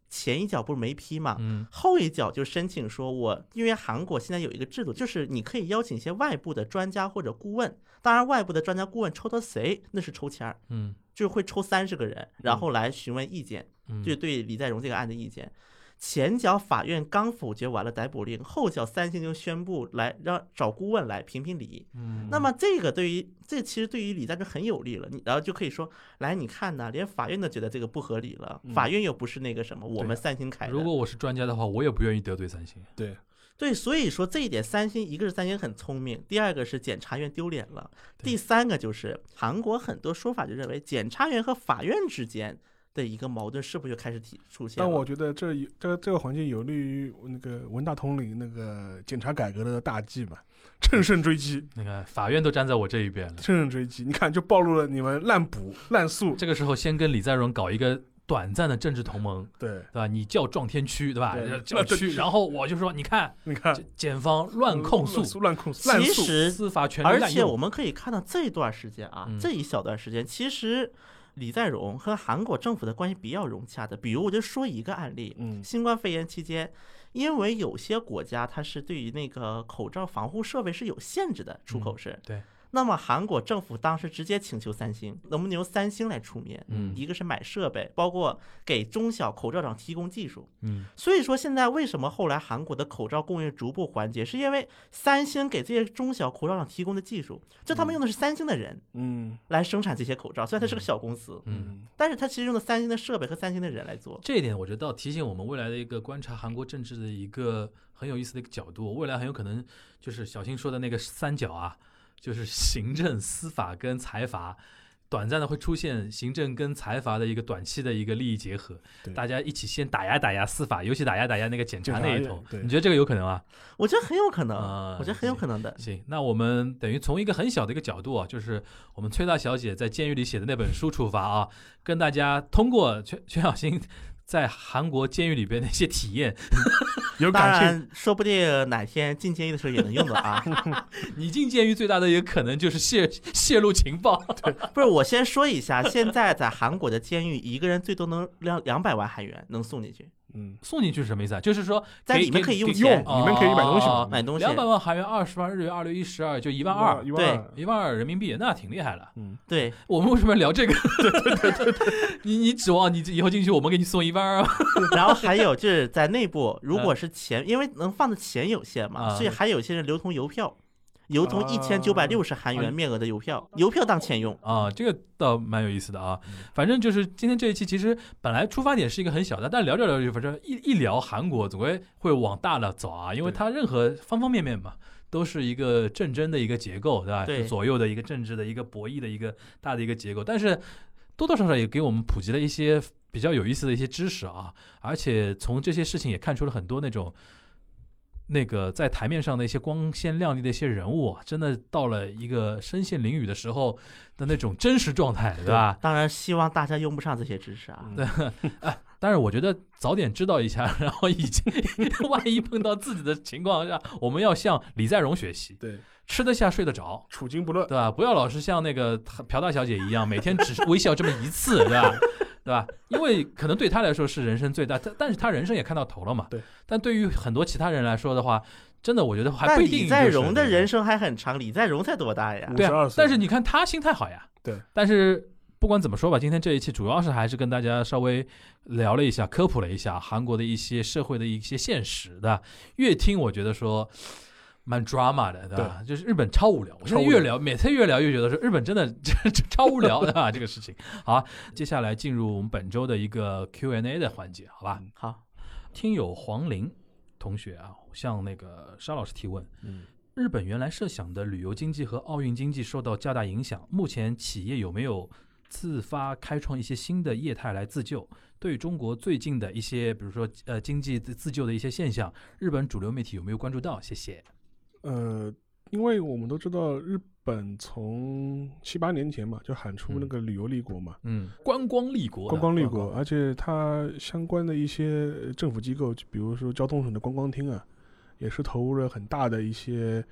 Speaker 2: 前一脚不是没批嘛，
Speaker 4: 嗯
Speaker 2: 后一脚就申请说我，因为韩国现在有一个制度，就是你可以邀请一些外部的专家或者顾问，当然外部的专家顾问抽到谁那是抽签儿，
Speaker 4: 嗯
Speaker 2: 就会抽三十个人，然后来询问意见，
Speaker 4: 嗯，
Speaker 2: 就对李在镕这个案的意见。前脚法院刚否决完了逮捕令，后脚三星就宣布来让找顾问来评评理。
Speaker 4: 嗯
Speaker 2: 那么这个对于这其实对于李在镕很有利了，你然后就可以说，来你看呐，连法院都觉得这个不合理了，法院又不是那个什么，我们三星开的
Speaker 4: 嗯如。果我是专家的话，我也不愿意得罪三星。
Speaker 3: 对，
Speaker 2: 对，所以说这一点，三星一个是三星很聪明，第二个是检察院丢脸了，
Speaker 4: 对
Speaker 2: 第三个就是韩国很多说法就认为检察院和法院之间的一个矛盾是不是就开始体出现
Speaker 3: 但
Speaker 2: 了？
Speaker 3: 我觉得这有这个这个环节有利于那个文大统领那个检察改革的大计嘛，乘胜追击，
Speaker 4: 那个法院都站在我这一边了，
Speaker 3: 乘胜追击。你看，就暴露了你们滥捕滥诉，
Speaker 4: 这个时候先跟李在镕搞一个短暂的政治同盟，
Speaker 3: 对，
Speaker 4: 对吧？你叫撞天区，对吧？
Speaker 3: 对
Speaker 4: 叫区，然后我就说，你看
Speaker 3: 你看
Speaker 4: 这检方乱控诉，
Speaker 3: 乱嗯控诉，滥
Speaker 2: 其
Speaker 3: 诉，
Speaker 2: 实
Speaker 4: 司法权力
Speaker 2: 而
Speaker 4: 滥
Speaker 2: 且
Speaker 4: 用
Speaker 2: 我们可以看到这段时间啊，
Speaker 4: 嗯
Speaker 2: 这一小段时间，其实李在镕和韩国政府的关系比较融洽的。比如，我就说一个案例，
Speaker 3: 嗯
Speaker 2: 新冠肺炎期间，因为有些国家它是对于那个口罩防护设备是有限制的，出口是。
Speaker 4: 嗯对。
Speaker 2: 那么韩国政府当时直接请求三星，能不能由三星来出面？
Speaker 4: 嗯
Speaker 2: 一个是买设备，包括给中小口罩厂提供技术。
Speaker 4: 嗯
Speaker 2: 所以说，现在为什么后来韩国的口罩供应逐步缓解，是因为三星给这些中小口罩厂提供的技术，就他们用的是三星的人
Speaker 3: 嗯
Speaker 2: 来生产这些口罩，虽然它是个小公司，
Speaker 4: 嗯，
Speaker 2: 但是它其实用的三星的设备和三星的人来做。
Speaker 4: 这一点我觉得倒提醒我们未来的一个观察韩国政治的一个很有意思的一个角度，未来很有可能就是小新说的那个三角啊，就是行政、司法跟财阀。短暂的会出现行政跟财阀的一个短期的一个利益结合
Speaker 3: 对，
Speaker 4: 大家一起先打压打压司法，尤其打压打压那个检
Speaker 3: 检
Speaker 4: 察
Speaker 3: 察
Speaker 4: 那一
Speaker 3: 院
Speaker 4: 头，
Speaker 3: 对
Speaker 4: 你觉得这个有可能啊？
Speaker 2: 我觉得很有可能，
Speaker 4: 啊
Speaker 2: 我觉得很有可能的。
Speaker 4: 行，那我们等于从一个很小的一个角度啊，就是我们崔大小姐在监狱里写的那本书出发啊，跟大家通过全全小新在韩国监狱里边的一些体验，
Speaker 3: 有
Speaker 2: 当
Speaker 3: 感情，
Speaker 2: 然，说不定哪天进监狱的时候也能用到 啊。
Speaker 4: 你进监狱最大的一个可能就是泄泄露情报。
Speaker 2: 不是，我先说一下，现在在韩国的监狱，一个人最多能两两百万韩元能送进去，
Speaker 3: 嗯，
Speaker 4: 送进去是什么意思啊？就是说
Speaker 2: 在
Speaker 4: 给
Speaker 2: 里面
Speaker 4: 给
Speaker 2: 可以用
Speaker 4: 给
Speaker 2: 钱
Speaker 3: 用里面可以买东西嘛
Speaker 4: 哦
Speaker 2: 买东西。
Speaker 4: 两百万韩元，二十万日元，二六一十二，就一万二
Speaker 3: 一，
Speaker 2: 对
Speaker 3: 万二，
Speaker 4: 一万二人民币，那挺厉害了。
Speaker 3: 嗯，
Speaker 2: 对，
Speaker 4: 我们为什么要聊这个？ 你你指望你以后进去我们给你送一万二吗？
Speaker 2: 然后还有就是在内部，如果是钱，因为能放的钱有限嘛，
Speaker 4: 啊
Speaker 2: 所以还有一些人流通邮票，流通一千九百六十韩
Speaker 4: 啊
Speaker 2: 元面额的邮票，邮票当钱用。
Speaker 4: 啊，这个倒蛮有意思的啊。反正就是今天这一期，其实本来出发点是一个很小的，但聊着聊着，反正一一聊韩国，总归会往大了走啊，因为
Speaker 3: 对
Speaker 4: 它任何方方面面嘛。都是一个政争的一个结构，对吧？
Speaker 2: 对
Speaker 4: 就左右的一个政治的一个博弈的一个大的一个结构，但是多多少少也给我们普及了一些比较有意思的一些知识啊，而且从这些事情也看出了很多那种那个在台面上的一些光鲜亮丽的一些人物、啊，真的到了一个身陷囹圄的时候的那种真实状态，对吧？
Speaker 2: 当然，希望大家用不上这些知识
Speaker 4: 嗯
Speaker 2: 啊。
Speaker 3: 对，
Speaker 4: 但是我觉得早点知道一下， 然后以 前万一碰到自己的情况下，我们要向李在镕学习，
Speaker 3: 对，
Speaker 4: 吃得下睡得着，
Speaker 3: 处境不论
Speaker 4: 对，吧？不要老是像那个朴大小姐一样，每天只是微笑这么一 次，对吧？对吧？因为可能对她来说是人生最大，但但是她人生也看到头了嘛。
Speaker 3: 对。
Speaker 4: 但对于很多其他人来说的话，真的我觉得还
Speaker 2: 但
Speaker 4: 不一定、
Speaker 2: 李在镕的人生还很长，李在镕才多大呀？
Speaker 4: 对啊
Speaker 3: 52，岁
Speaker 4: 但是你看他心态好呀。
Speaker 3: 对，
Speaker 4: 但是不管怎么说吧，今天这一期主要是还是跟大家稍微聊了一下，科普了一下韩国的一些社会的一些现实的。越听我觉得说。蛮 drama 的，对吧？就是日本超无聊，我现在
Speaker 3: 超无
Speaker 4: 越
Speaker 3: 聊
Speaker 4: 聊，每次越聊越觉得说日本真的 这这超无聊的啊，这个事情。好啊，接下来进入我们本周的一个 Q&A 的环节，好吧？
Speaker 2: 好，
Speaker 4: 听友黄玲同学啊，向那个沙老师提问：
Speaker 3: 嗯，
Speaker 4: 日本原来设想的旅游经济和奥运经济受到较大影响，目前企业有没有自发开创一些新的业态来自救？对中国最近的一些，比如说呃经济自自救的一些现象，日本主流媒体有没有关注到？谢谢。
Speaker 3: 呃，因为我们都知道日本从七八年前嘛，就喊出那
Speaker 4: 嗯
Speaker 3: 个旅游立国嘛，
Speaker 4: 嗯，观光立国的，
Speaker 3: 观光立国，而且它相关的一些政府机构，就比如说交通省的观光厅啊，也是投入了很大的一些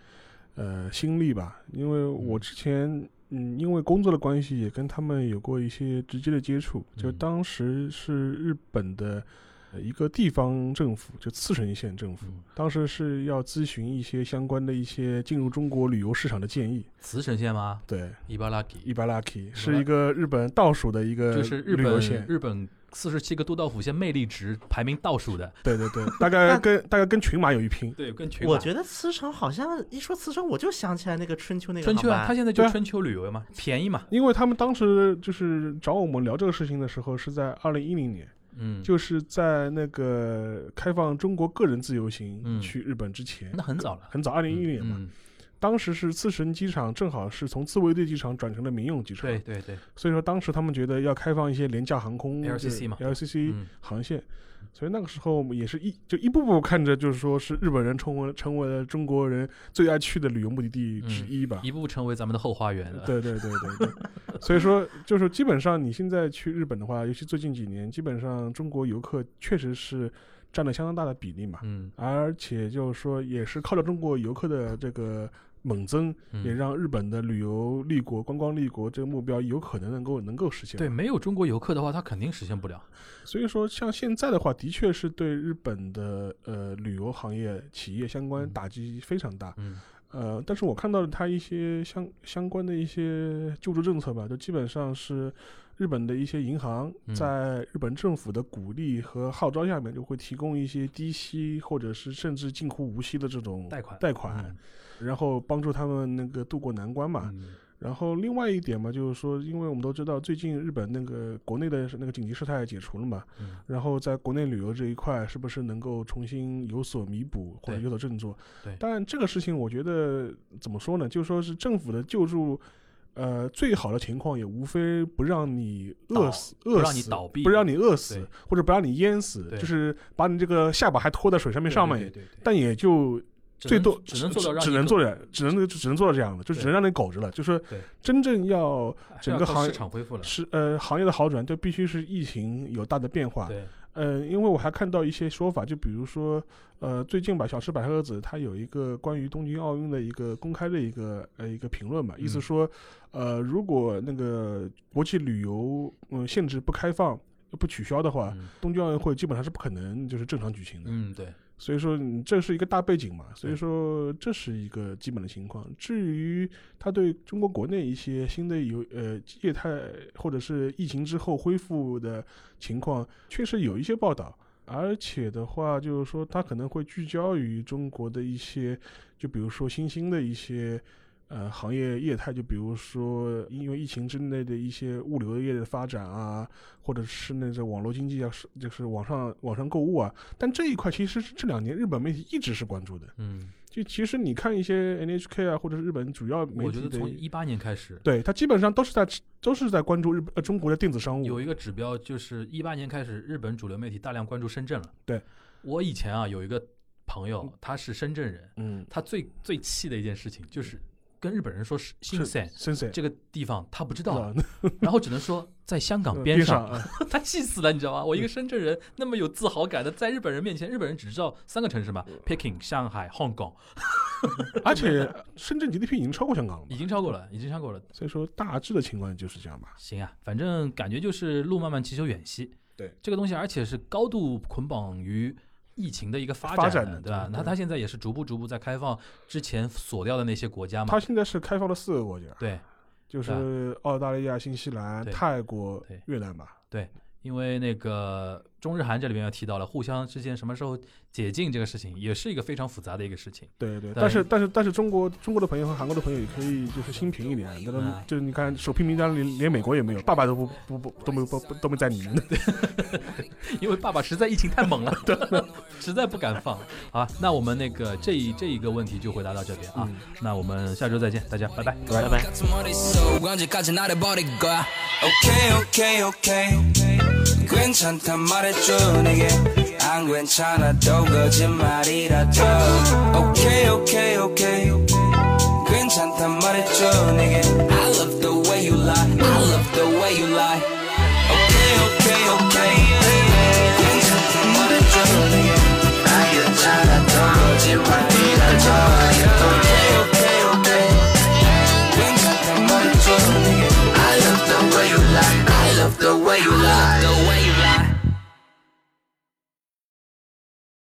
Speaker 3: 呃心力吧。因为我之前嗯，因为工作的关系，也跟他们有过一些直接的接触。就
Speaker 4: 嗯
Speaker 3: 当时是日本的呃一个地方政府，就茨城县政府
Speaker 4: 嗯，
Speaker 3: 当时是要咨询一些相关的一些进入中国旅游市场的建议。
Speaker 4: 茨城县吗？
Speaker 3: 对，
Speaker 4: 伊巴拉吉
Speaker 3: 伊巴拉基是一个日本倒数的一个
Speaker 4: 就是日
Speaker 3: 旅游县
Speaker 4: 本。日本四十七个都道府县魅力值排名倒数的，
Speaker 3: 对对对，大概跟大概跟群马有一拼。
Speaker 4: 对，跟群
Speaker 2: 我觉得茨城好像一说茨城，我就想起来那个春秋那个
Speaker 4: 春秋啊，
Speaker 2: 航
Speaker 4: 他
Speaker 2: 班
Speaker 4: 现在就
Speaker 3: 对啊
Speaker 4: 春秋旅游嘛，便宜嘛，
Speaker 3: 因为他们当时就是找我们聊这个事情的时候，是在二零一零年，
Speaker 4: 嗯，
Speaker 3: 就是在那个开放中国个人自由行
Speaker 4: 嗯
Speaker 3: 去日本之前，
Speaker 4: 那很早了，
Speaker 3: 很早，二零一零年嘛。
Speaker 4: 嗯，
Speaker 3: 当时是茨城机场正好是从自卫队机场转成了民用机场
Speaker 4: 对，对对，
Speaker 3: 所以说当时他们觉得要开放一些廉价航空
Speaker 4: LCC 嘛
Speaker 3: ，LCC
Speaker 4: 嗯
Speaker 3: 航线。所以那个时候我们也是一就一步步看着，就是说是日本人成为成为了中国人最爱去的旅游目的地
Speaker 4: 嗯
Speaker 3: 之一吧。
Speaker 4: 一步步成为咱们的后花园了。
Speaker 3: 对对对对对，所以说就是基本上你现在去日本的话，尤其最近几年，基本上中国游客确实是占了相当大的比例嘛，
Speaker 4: 嗯，
Speaker 3: 而且就是说也是靠着中国游客的这个猛增，
Speaker 4: 嗯
Speaker 3: 也让日本的旅游立国、观光立国这个目标有可能能够能够实现。
Speaker 4: 对，，没有中国游客的话，他肯定实现不了。
Speaker 3: 所以说像现在的话，的确是对日本的呃旅游行业企业相关
Speaker 4: 嗯
Speaker 3: 打击非常大。
Speaker 4: 嗯
Speaker 3: 呃，但是我看到了它一些相相关的一些救助政策吧，就基本上是日本的一些银行
Speaker 4: 嗯
Speaker 3: 在日本政府的鼓励和号召下面，就会提供一些低息或者是甚至近乎无息的这种
Speaker 4: 贷款
Speaker 3: 贷款，然后帮助他们那个渡过难关嘛。
Speaker 4: 嗯
Speaker 3: 然后另外一点嘛，就是说，因为我们都知道最近日本那个国内的那个紧急事态解除了嘛，
Speaker 4: 嗯
Speaker 3: 然后在国内旅游这一块是不是能够重新有所弥补或者
Speaker 4: 对
Speaker 3: 有所振作？
Speaker 4: 对
Speaker 3: 但这个事情我觉得怎么说呢？就说是政府的救助。呃，最好的情况也无非不让你饿死，
Speaker 4: 不
Speaker 3: 饿
Speaker 4: 让你
Speaker 3: 死，
Speaker 4: 倒闭，
Speaker 3: 不让你饿死
Speaker 4: 对，
Speaker 3: 或者不让你淹死，
Speaker 4: 对
Speaker 3: 就是把你这个下巴还拖在水上面
Speaker 4: 对
Speaker 3: 上
Speaker 4: 对
Speaker 3: 面，
Speaker 4: 对对对
Speaker 3: 但也就
Speaker 4: 只
Speaker 3: 最
Speaker 4: 能
Speaker 3: 多
Speaker 4: 只能做到让
Speaker 3: 只
Speaker 4: 你
Speaker 3: 能
Speaker 4: 苟
Speaker 3: 做这，只能只能做到这样的，就只能让你苟着了。就是
Speaker 4: 对
Speaker 3: 真正要
Speaker 4: 还是
Speaker 3: 整
Speaker 4: 哎
Speaker 3: 个
Speaker 4: 要靠
Speaker 3: 行
Speaker 4: 市
Speaker 3: 业
Speaker 4: 场恢复了。
Speaker 3: 是呃行业的好转，就必须是疫情有大的变化。
Speaker 4: 对，
Speaker 3: 呃，因为我还看到一些说法，就比如说呃最近吧，小吃百合子它有一个关于东京奥运的一个公开的一个呃一个评论嘛，意思
Speaker 4: 嗯
Speaker 3: 说呃如果那个国际旅游嗯、限制不开放。不取消的话，
Speaker 4: 嗯
Speaker 3: 东京奥运会基本上是不可能就是正常举行的。
Speaker 4: 嗯对，
Speaker 3: 所以说你这是一个大背景嘛，所以
Speaker 4: 对
Speaker 3: 说这是一个基本的情况。至于它对中国国内一些新的有呃业态或者是疫情之后恢复的情况，确实有一些报道。而且的话，就是说它可能会聚焦于中国的一些，就比如说新兴的一些呃行业业态，就比如说因为疫情之内的一些物流业的发展啊，或者是那个网络经济啊，是就是网上网上购物啊，但这一块其实是这两年日本媒体一直是关注的。
Speaker 4: 嗯，
Speaker 3: 就其实你看一些 NHK 啊，或者是日本主要媒
Speaker 4: 我觉
Speaker 3: 体
Speaker 4: 得从
Speaker 3: 的，
Speaker 4: 一八年开始，
Speaker 3: 对它基本上都是在都是在关注日本呃中国的电子商务
Speaker 4: 有。一个指标，就是一八年开始，日本主流媒体大量关注深圳了。
Speaker 3: 对，
Speaker 4: 我以前啊有一个朋友，他是深圳人，
Speaker 3: 嗯，
Speaker 4: 他最最气的一件事情就是跟日本人说是新
Speaker 3: 是
Speaker 4: 鲜
Speaker 3: 深圳
Speaker 4: 这个地方他不
Speaker 3: 知
Speaker 4: 知道，
Speaker 3: 吧
Speaker 4: 然后只能说在香港
Speaker 3: 呃
Speaker 4: 嗯边
Speaker 3: 啊上
Speaker 4: 上，嗯
Speaker 3: 啊，
Speaker 4: 他气死了，你知道吗？我一个深圳人那么有自豪感的，在日本人面前，日本人只知道三个城市嘛，Peking、上海、Hong Kong，
Speaker 3: 而且深圳 GDP 已经超过香港了嘛
Speaker 4: 已，经超过了，已经超过了。
Speaker 3: 所以说大致的情况就是这样吧。
Speaker 4: 行啊，反正感觉就是路漫漫其修远兮。
Speaker 3: 对
Speaker 4: 这个东西，而且是高度捆绑于疫情的一个发
Speaker 3: 发
Speaker 4: 展
Speaker 3: 展的
Speaker 4: 对吧？
Speaker 3: 对
Speaker 4: 那
Speaker 3: 对
Speaker 4: 它现在也是逐步逐步在开放之前锁掉的那些国家嘛
Speaker 3: 它，现在是开放了四个国家，
Speaker 4: 对，
Speaker 3: 就是澳大利亚、新西兰、
Speaker 4: 对
Speaker 3: 泰国
Speaker 4: 对、
Speaker 3: 越南吧。
Speaker 4: 因为那个中日韩这里面又提到了互相之间什么时候解禁这个事情，也是一个非常复杂的一个事情。
Speaker 3: 对对，
Speaker 4: 对
Speaker 3: 但是但是但是中国中国的朋友和韩国的朋友也可以就是心平一点，那种
Speaker 4: 嗯
Speaker 3: 就是你看首批名单连连美国也没有，爸爸都不不不都没有不不都没在里面。
Speaker 4: 因为爸爸实在疫情太猛了， 实在不敢放啊。那我们那个这一这一个问题就回答到这边
Speaker 3: 嗯
Speaker 4: 啊。那我们下周再见，大家拜拜。
Speaker 2: 拜拜。
Speaker 5: 같은 머릿속 언제까지 나를 버릴 거야 오케이 오케이 오케이 괜찮다 말했죠 내게 안 괜찮아도 거짓말이라도 오케이 오케이 오케이 괜찮다 말했죠 내게